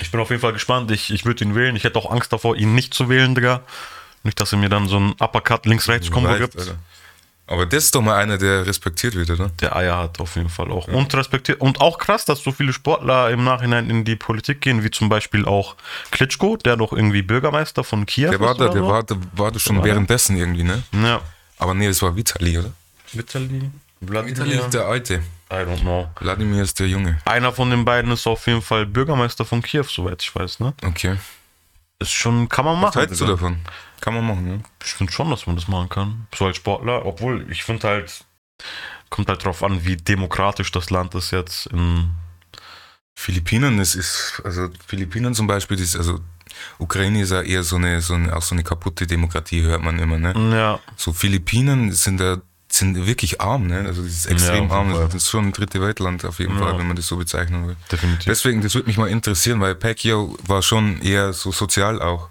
C: Ich bin auf jeden Fall gespannt. Ich, ich würde ihn wählen. Ich hätte auch Angst davor, ihn nicht zu wählen, Digga. Nicht, dass er mir dann so ein Uppercut links-rechts-Kombo
B: Reicht,
C: gibt.
B: Alter. Aber das ist doch mal einer, der respektiert wird, oder?
C: Der Eier hat auf jeden Fall auch. Und respektiert. Und auch krass, dass so viele Sportler im Nachhinein in die Politik gehen, wie zum Beispiel auch Klitschko, der doch irgendwie Bürgermeister von Kiew
B: Der war
C: ist
B: da,
C: oder
B: der
C: so.
B: war, da, war da schon währenddessen irgendwie, ne?
C: Ja.
B: Aber nee, das war Vitali, oder?
C: Vitali.
B: Vitali
C: Vladimir.
B: ist der Alte.
C: I don't know.
B: Vladimir ist der Junge.
C: Einer von den beiden ist auf jeden Fall Bürgermeister von Kiew, soweit ich weiß, ne?
B: Okay.
C: Ist schon, kann man machen.
B: Was hältst du
C: Digga.
B: davon? Kann man machen, ja.
C: Ich finde schon, dass man das machen kann. So als Sportler, obwohl ich finde halt, kommt halt drauf an, wie demokratisch das Land ist jetzt in.
B: Philippinen, es ist, also Philippinen zum Beispiel, ist, also Ukraine ist ja eher so eine, so eine, auch so eine kaputte Demokratie, hört man immer, ne?
C: Ja.
B: So Philippinen sind da sind wirklich arm, ne? Also das ist extrem
C: auf jeden
B: arm.
C: Fall.
B: Das ist schon ein dritte Weltland auf jeden
C: Ja.
B: Fall, wenn man das so bezeichnen will.
C: Definitiv.
B: Deswegen, das würde mich mal interessieren, weil Pacquiao war schon eher so sozial auch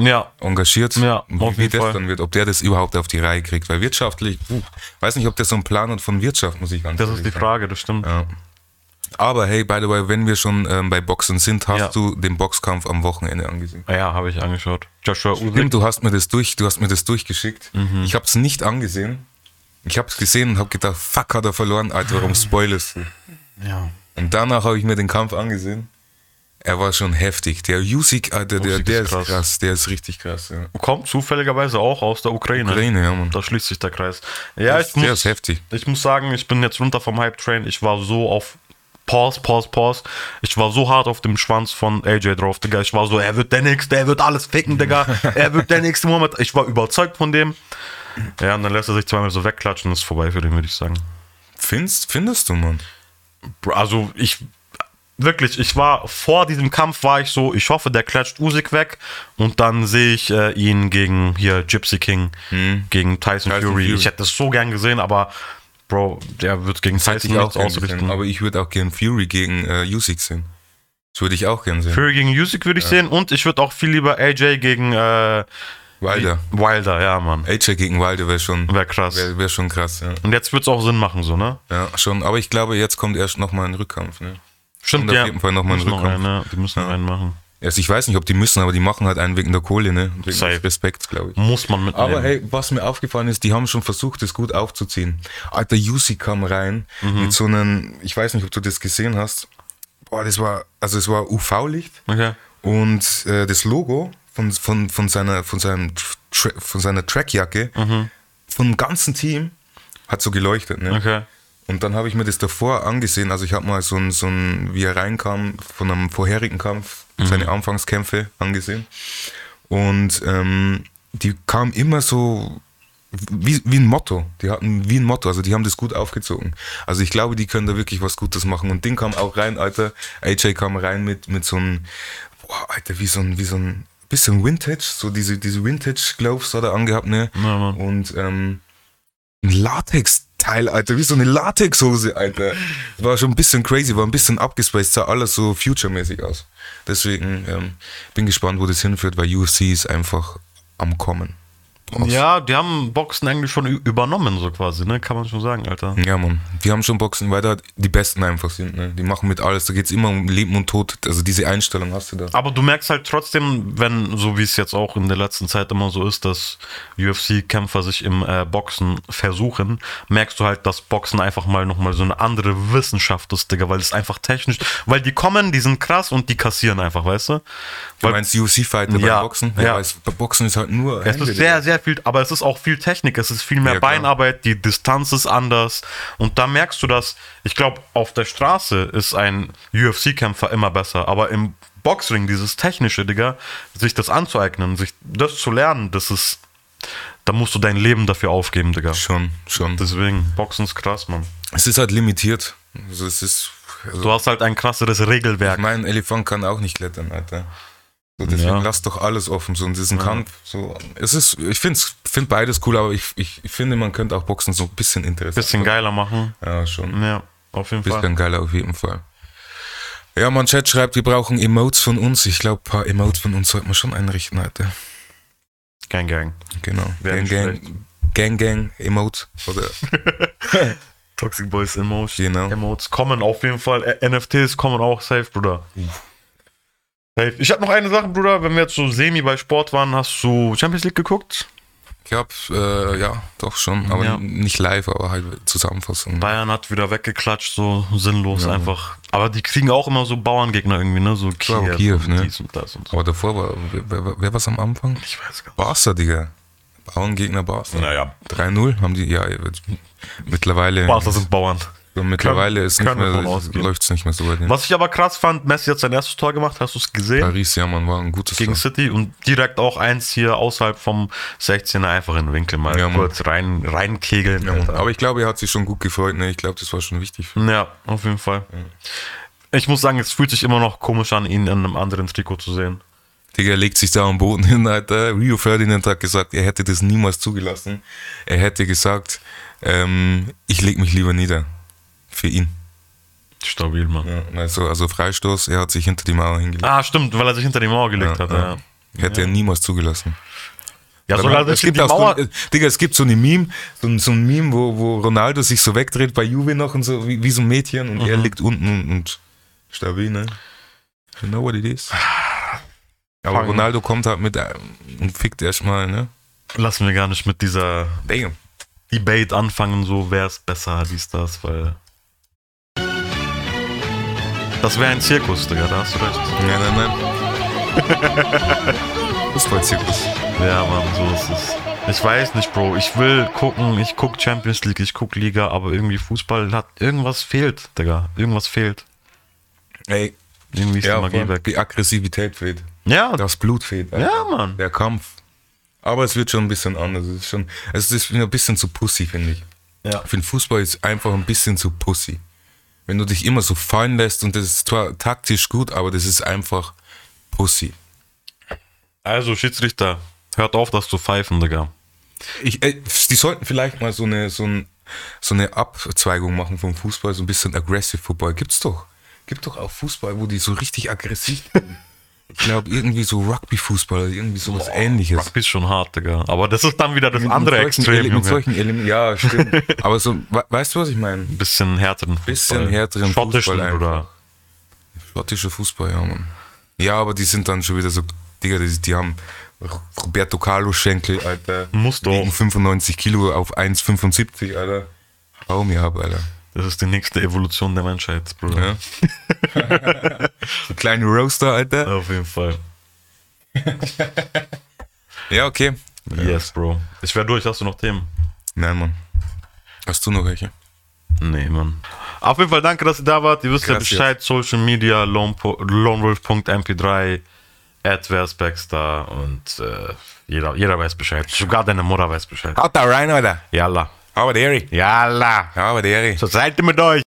C: Ja.
B: engagiert,
C: Ja, auf
B: wie, wie
C: jeden
B: das
C: Fall.
B: dann wird, ob der das überhaupt auf die Reihe kriegt, weil wirtschaftlich, puh, weiß nicht, ob der so einen Plan hat von Wirtschaft, muss ich ganz
C: Das
B: ehrlich
C: ist die
B: sagen.
C: Frage, das stimmt.
B: Ja. Aber hey, by the way, wenn wir schon ähm, bei Boxen sind, hast
C: Ja.
B: du den Boxkampf am Wochenende angesehen?
C: Ah Ja, habe ich angeschaut. Joshua Usyk.
B: Stimmt, du hast mir das durch, du hast mir das durchgeschickt.
C: Mhm.
B: Ich habe es nicht angesehen. Ich habe es gesehen und habe gedacht, fuck, hat er verloren, Alter, warum spoilerst du?
C: Ja.
B: Und danach habe ich mir den Kampf angesehen. Er war schon heftig. Der Usyk, Alter, der,
C: Usyk
B: der
C: ist
B: ist,
C: krass.
B: krass. der ist richtig krass. Ja.
C: Kommt zufälligerweise auch aus der Ukraine.
B: Ukraine, ja, Mann.
C: Da schließt sich der Kreis. Ja,
B: Der ist-
C: ich muss,
B: der ist heftig.
C: Ich muss sagen, ich bin jetzt runter vom Hype-Train. Ich war so auf Pause, Pause, Pause. Ich war so hart auf dem Schwanz von AJ drauf, Digga. Ich war so, er wird der Nächste, er wird alles ficken, Digga. Er wird der Nächste Moment. Ich war überzeugt von dem. Ja, und dann lässt er sich zweimal so wegklatschen und ist vorbei für den, würde ich sagen.
B: Findest, findest du, Mann?
C: Bro, also ich wirklich, ich war vor diesem Kampf war ich so, ich hoffe, der klatscht Usyk weg und dann sehe ich äh, ihn gegen hier Gypsy King gegen Tyson,
B: Hm. Tyson
C: Fury.
B: Fury.
C: Ich hätte das so gern gesehen, aber Bro, der wird gegen
B: Hätte
C: Tyson
B: ich auch
C: nichts
B: gern
C: ausrichten.
B: gesehen, aber ich würde auch gern Fury gegen äh, Usyk sehen. Das würde ich auch gern sehen.
C: Fury gegen Usyk würde ich sehen und ich würde auch viel lieber AJ gegen äh,
B: Wilder.
C: Wilder, ja Mann,
B: AJ gegen Wilder wäre schon,
C: wäre krass.
B: wär, wär schon krass. Ja.
C: Und jetzt wird es auch Sinn machen so, ne?
B: ja, schon. Aber ich glaube, jetzt kommt erst nochmal ein Rückkampf. Ne?
C: Stimmt
B: auf
C: ja.
B: jeden Fall noch mal einen
C: Müssen noch
B: Rückkampf.
C: einen, ja. Die müssen noch einen machen.
B: Also ich weiß nicht, ob die müssen, aber die machen halt einen wegen der Kohle. Ne? Wegen des
C: Safe. Mhm.
B: Respekts, glaube ich.
C: Muss man mitnehmen.
B: Aber hey, was mir aufgefallen ist, die haben schon versucht, das gut aufzuziehen. Alter, Yusi kam rein
C: Mhm.
B: mit so einem, ich weiß nicht, ob du das gesehen hast. Boah, das war, also es war UV-Licht
C: okay.
B: und äh, das Logo von, von, von seiner, von seinem, Tra von seiner Trackjacke, vom ganzen Team, hat so geleuchtet. Ne?
C: Mhm. Okay.
B: Und dann habe ich mir das davor angesehen. Also ich habe mal so ein, so ein, wie er reinkam, von einem vorherigen Kampf, seine Anfangskämpfe angesehen. Und ähm, die kamen immer so wie, wie ein Motto. Die hatten wie ein Motto. Also die haben das gut aufgezogen. Also ich glaube, die können da wirklich was Gutes machen. Und Ding kam auch rein, Alter. AJ kam rein mit, mit so einem, boah, Alter, wie so ein, wie so ein bisschen Vintage. So diese, diese Vintage-Gloves hat er angehabt, ne?
C: Ja, Mann.
B: Und ähm, ein Latex-Teil, Alter, wie so eine Latexhose, Alter. War schon ein bisschen crazy, war ein bisschen abgespaced, sah alles so future-mäßig aus. Deswegen ähm, bin gespannt, wo das hinführt, weil UFC ist einfach am Kommen. Boss.
C: Ja, die haben Boxen eigentlich schon ü- übernommen, so quasi, ne? Kann man schon sagen, Alter.
B: Ja, Mann. Die haben schon Boxen, weil da die Besten einfach sind. Ne? Die machen mit alles. Da geht's immer um Leben und Tod. Also diese Einstellung hast du da.
C: Aber du merkst halt trotzdem, wenn, so wie es jetzt auch in der letzten Zeit immer so ist, dass UFC-Kämpfer sich im äh, Boxen versuchen, merkst du halt, dass Boxen einfach mal nochmal so eine andere Wissenschaft ist, Digga, weil es einfach technisch, weil die kommen, die sind krass und die kassieren einfach, weißt du?
B: Du
C: Weil
B: meinst UFC-Fighter
C: Ja,
B: bei Boxen? Ja.
C: ja.
B: weil es- bei Boxen ist halt nur.
C: es
B: Hände,
C: ist sehr, sehr viel, aber es ist auch viel Technik, es ist viel mehr
B: Ja, klar.
C: Beinarbeit, die Distanz ist anders und da merkst du dass Ich glaube, auf der Straße ist ein UFC-Kämpfer immer besser, aber im Boxring, dieses technische, Digga, sich das anzueignen, sich das zu lernen, das ist, da musst du dein Leben dafür aufgeben, Digga.
B: Schon, schon.
C: Deswegen, Boxen ist krass, Mann.
B: es ist halt limitiert. Also es ist. Also
C: Du hast halt ein krasseres Regelwerk.
B: Mein Elefant kann auch nicht klettern, Alter. So, deswegen
C: Ja.
B: lass doch alles offen. So, und diesen Kampf, so. Es ist, ich finde find beides cool, aber ich, ich, ich finde, man könnte auch Boxen so ein bisschen interessant.
C: Bisschen geiler machen.
B: Ja, schon.
C: Ja, auf jeden Fall.
B: Bisschen geiler auf jeden Fall. Ja, man Chat schreibt, wir brauchen Emotes von uns. Ich glaube, ein paar Emotes von uns sollten wir schon einrichten, Alter.
C: Kein Gang.
B: Genau.
C: Wäre
B: Gang
C: nicht
B: Gang, Gang Gang Emote. Oder
C: Toxic Boys Emotes.
B: Genau.
C: Emotes kommen auf jeden Fall. Ä- NFTs kommen auch safe, Bruder. Safe. Ich habe noch eine Sache, Bruder. Wenn wir jetzt so semi bei Sport waren, hast du Champions League geguckt?
B: ich hab, äh, ja, doch schon. Aber
C: Ja.
B: nicht live, aber halt Zusammenfassung.
C: Bayern hat wieder weggeklatscht, so sinnlos einfach. Aber die kriegen auch immer so Bauerngegner irgendwie, ne? So Kiew,
B: auch Kiew,
C: und
B: ne?
C: dies und das und so.
B: Aber davor war, wer, wer, wer war's am Anfang?
C: Ich weiß gar
B: Barca, Digga. Bauerngegner Barca.
C: Naja.
B: 3-0 haben die, ja, mittlerweile.
C: nicht. Barca sind Bauern.
B: Und mittlerweile ist nicht
C: kann davon
B: mehr,
C: ausgehen.
B: läuft es nicht mehr so bei denen.
C: Was ich aber krass fand, Messi hat sein erstes Tor gemacht, hast du es gesehen?
B: Paris, ja, man war ein gutes
C: gegen
B: Tor.
C: City und direkt auch eins hier außerhalb vom 16er einfach in den Winkel mal
B: Ja, Mann.
C: kurz rein, reinkegeln.
B: Ja, Mann.
C: Alter.
B: Aber ich glaube, er hat sich schon gut gefreut. Ne? Ich glaube, das war schon wichtig.
C: Ja, auf jeden Fall.
B: Mhm.
C: Ich muss sagen, es fühlt sich immer noch komisch an, ihn in einem anderen Trikot zu sehen.
B: Digga legt sich da am Boden hin, Alter. Rio Ferdinand hat gesagt, er hätte das niemals zugelassen. Er hätte gesagt, ähm, ich leg mich lieber nieder. Für ihn.
C: Stabil, Mann.
B: Also, also Freistoß, er hat sich hinter die Mauer hingelegt.
C: Ah, stimmt, weil er sich hinter die Mauer gelegt hat. Ja,
B: Hätte er niemals zugelassen.
C: ja
B: Aber
C: soll er
B: es
C: sich in
B: gibt
C: die
B: auch
C: Mauer.
B: so, äh, Digga, es gibt so eine Meme, so, ein- so ein Meme, wo, wo Ronaldo sich so wegdreht bei Juve noch und so wie, wie so ein Mädchen und
C: Mhm.
B: er liegt unten und, und stabil, ne? You know what it is? Aber
C: Fang.
B: Ronaldo kommt halt mit äh, und fickt erstmal, ne?
C: Lassen wir gar nicht mit dieser
B: Damn.
C: Debate anfangen, so wäre es besser, dies, das, weil. Das wäre ein Zirkus, Digga, da hast du recht.
B: Nein, nein, nein. Fußballzirkus.
C: Ja, Mann, so ist es. Ich weiß nicht, Bro. Ich will gucken, ich guck Champions League, ich guck Liga, aber irgendwie Fußball hat irgendwas fehlt, Digga. Irgendwas fehlt.
B: Ey,
C: Irgendwie ist
B: ja,
C: die Magie
B: voll.
C: weg.
B: die Aggressivität fehlt.
C: Ja,
B: Das Blut fehlt. Alter.
C: ja, Mann.
B: Der Kampf. Aber es wird schon ein bisschen anders. Es ist schon, es ist ein bisschen zu pussy, finde ich.
C: Ja.
B: Ich finde, Fußball ist einfach ein bisschen zu pussy. Wenn du dich immer so fallen lässt und das ist zwar taktisch gut, aber das ist einfach pussy.
C: Also, Schiedsrichter, hört auf, das zu pfeifen, Digga.
B: Ich, äh, die sollten vielleicht mal so eine, so, ein, so eine Abzweigung machen vom Fußball, so ein bisschen aggressive Football. Gibt's doch. Gibt doch auch Fußball, wo die so richtig aggressiv sind. Ich glaube, irgendwie so Rugby-Fußball oder irgendwie sowas ähnliches.
C: Rugby ist schon hart, Digga. Aber das ist dann wieder das
B: Mit-
C: andere
B: mit solchen
C: Extrem,
B: Ele-
C: Junge.
B: mit solchen Ele- Ja, stimmt. aber so, we- weißt du, was ich meine?
C: Ein bisschen härteren Fußball.
B: Bisschen härteren
C: Schottischen,
B: Fußball einfach.
C: oder?
B: Schottischer Fußball, ja, Mann. Ja, aber die sind dann schon wieder so, Digga, die, die haben Roberto Carlos Schenkel, Alter.
C: Muss doch.
B: Liegen 95 Kilo auf 1,75, Alter. Hau mir ab, Alter.
C: Das ist die nächste Evolution der Menschheit, Bruder.
B: Ja. so kleine Roaster, Alter.
C: Auf jeden Fall.
B: Ja, okay.
C: Yes, Bro. Ich wäre durch, hast du noch Themen?
B: Nein, Mann. Hast du noch welche?
C: Nee, Mann. Auf jeden Fall danke, dass ihr da wart. Ihr wisst
B: Gracias.
C: ja Bescheid. Social Media, lonepo- lonewolf.mp3, adverse Backstar und äh, jeder, jeder weiß Bescheid. Sogar deine Mutter weiß Bescheid.
B: Haut da rein, Alter.
C: Yalla.
B: Aber der Eri.
C: Yalla.
B: Aber der Eri.
C: So seid ihr mit euch.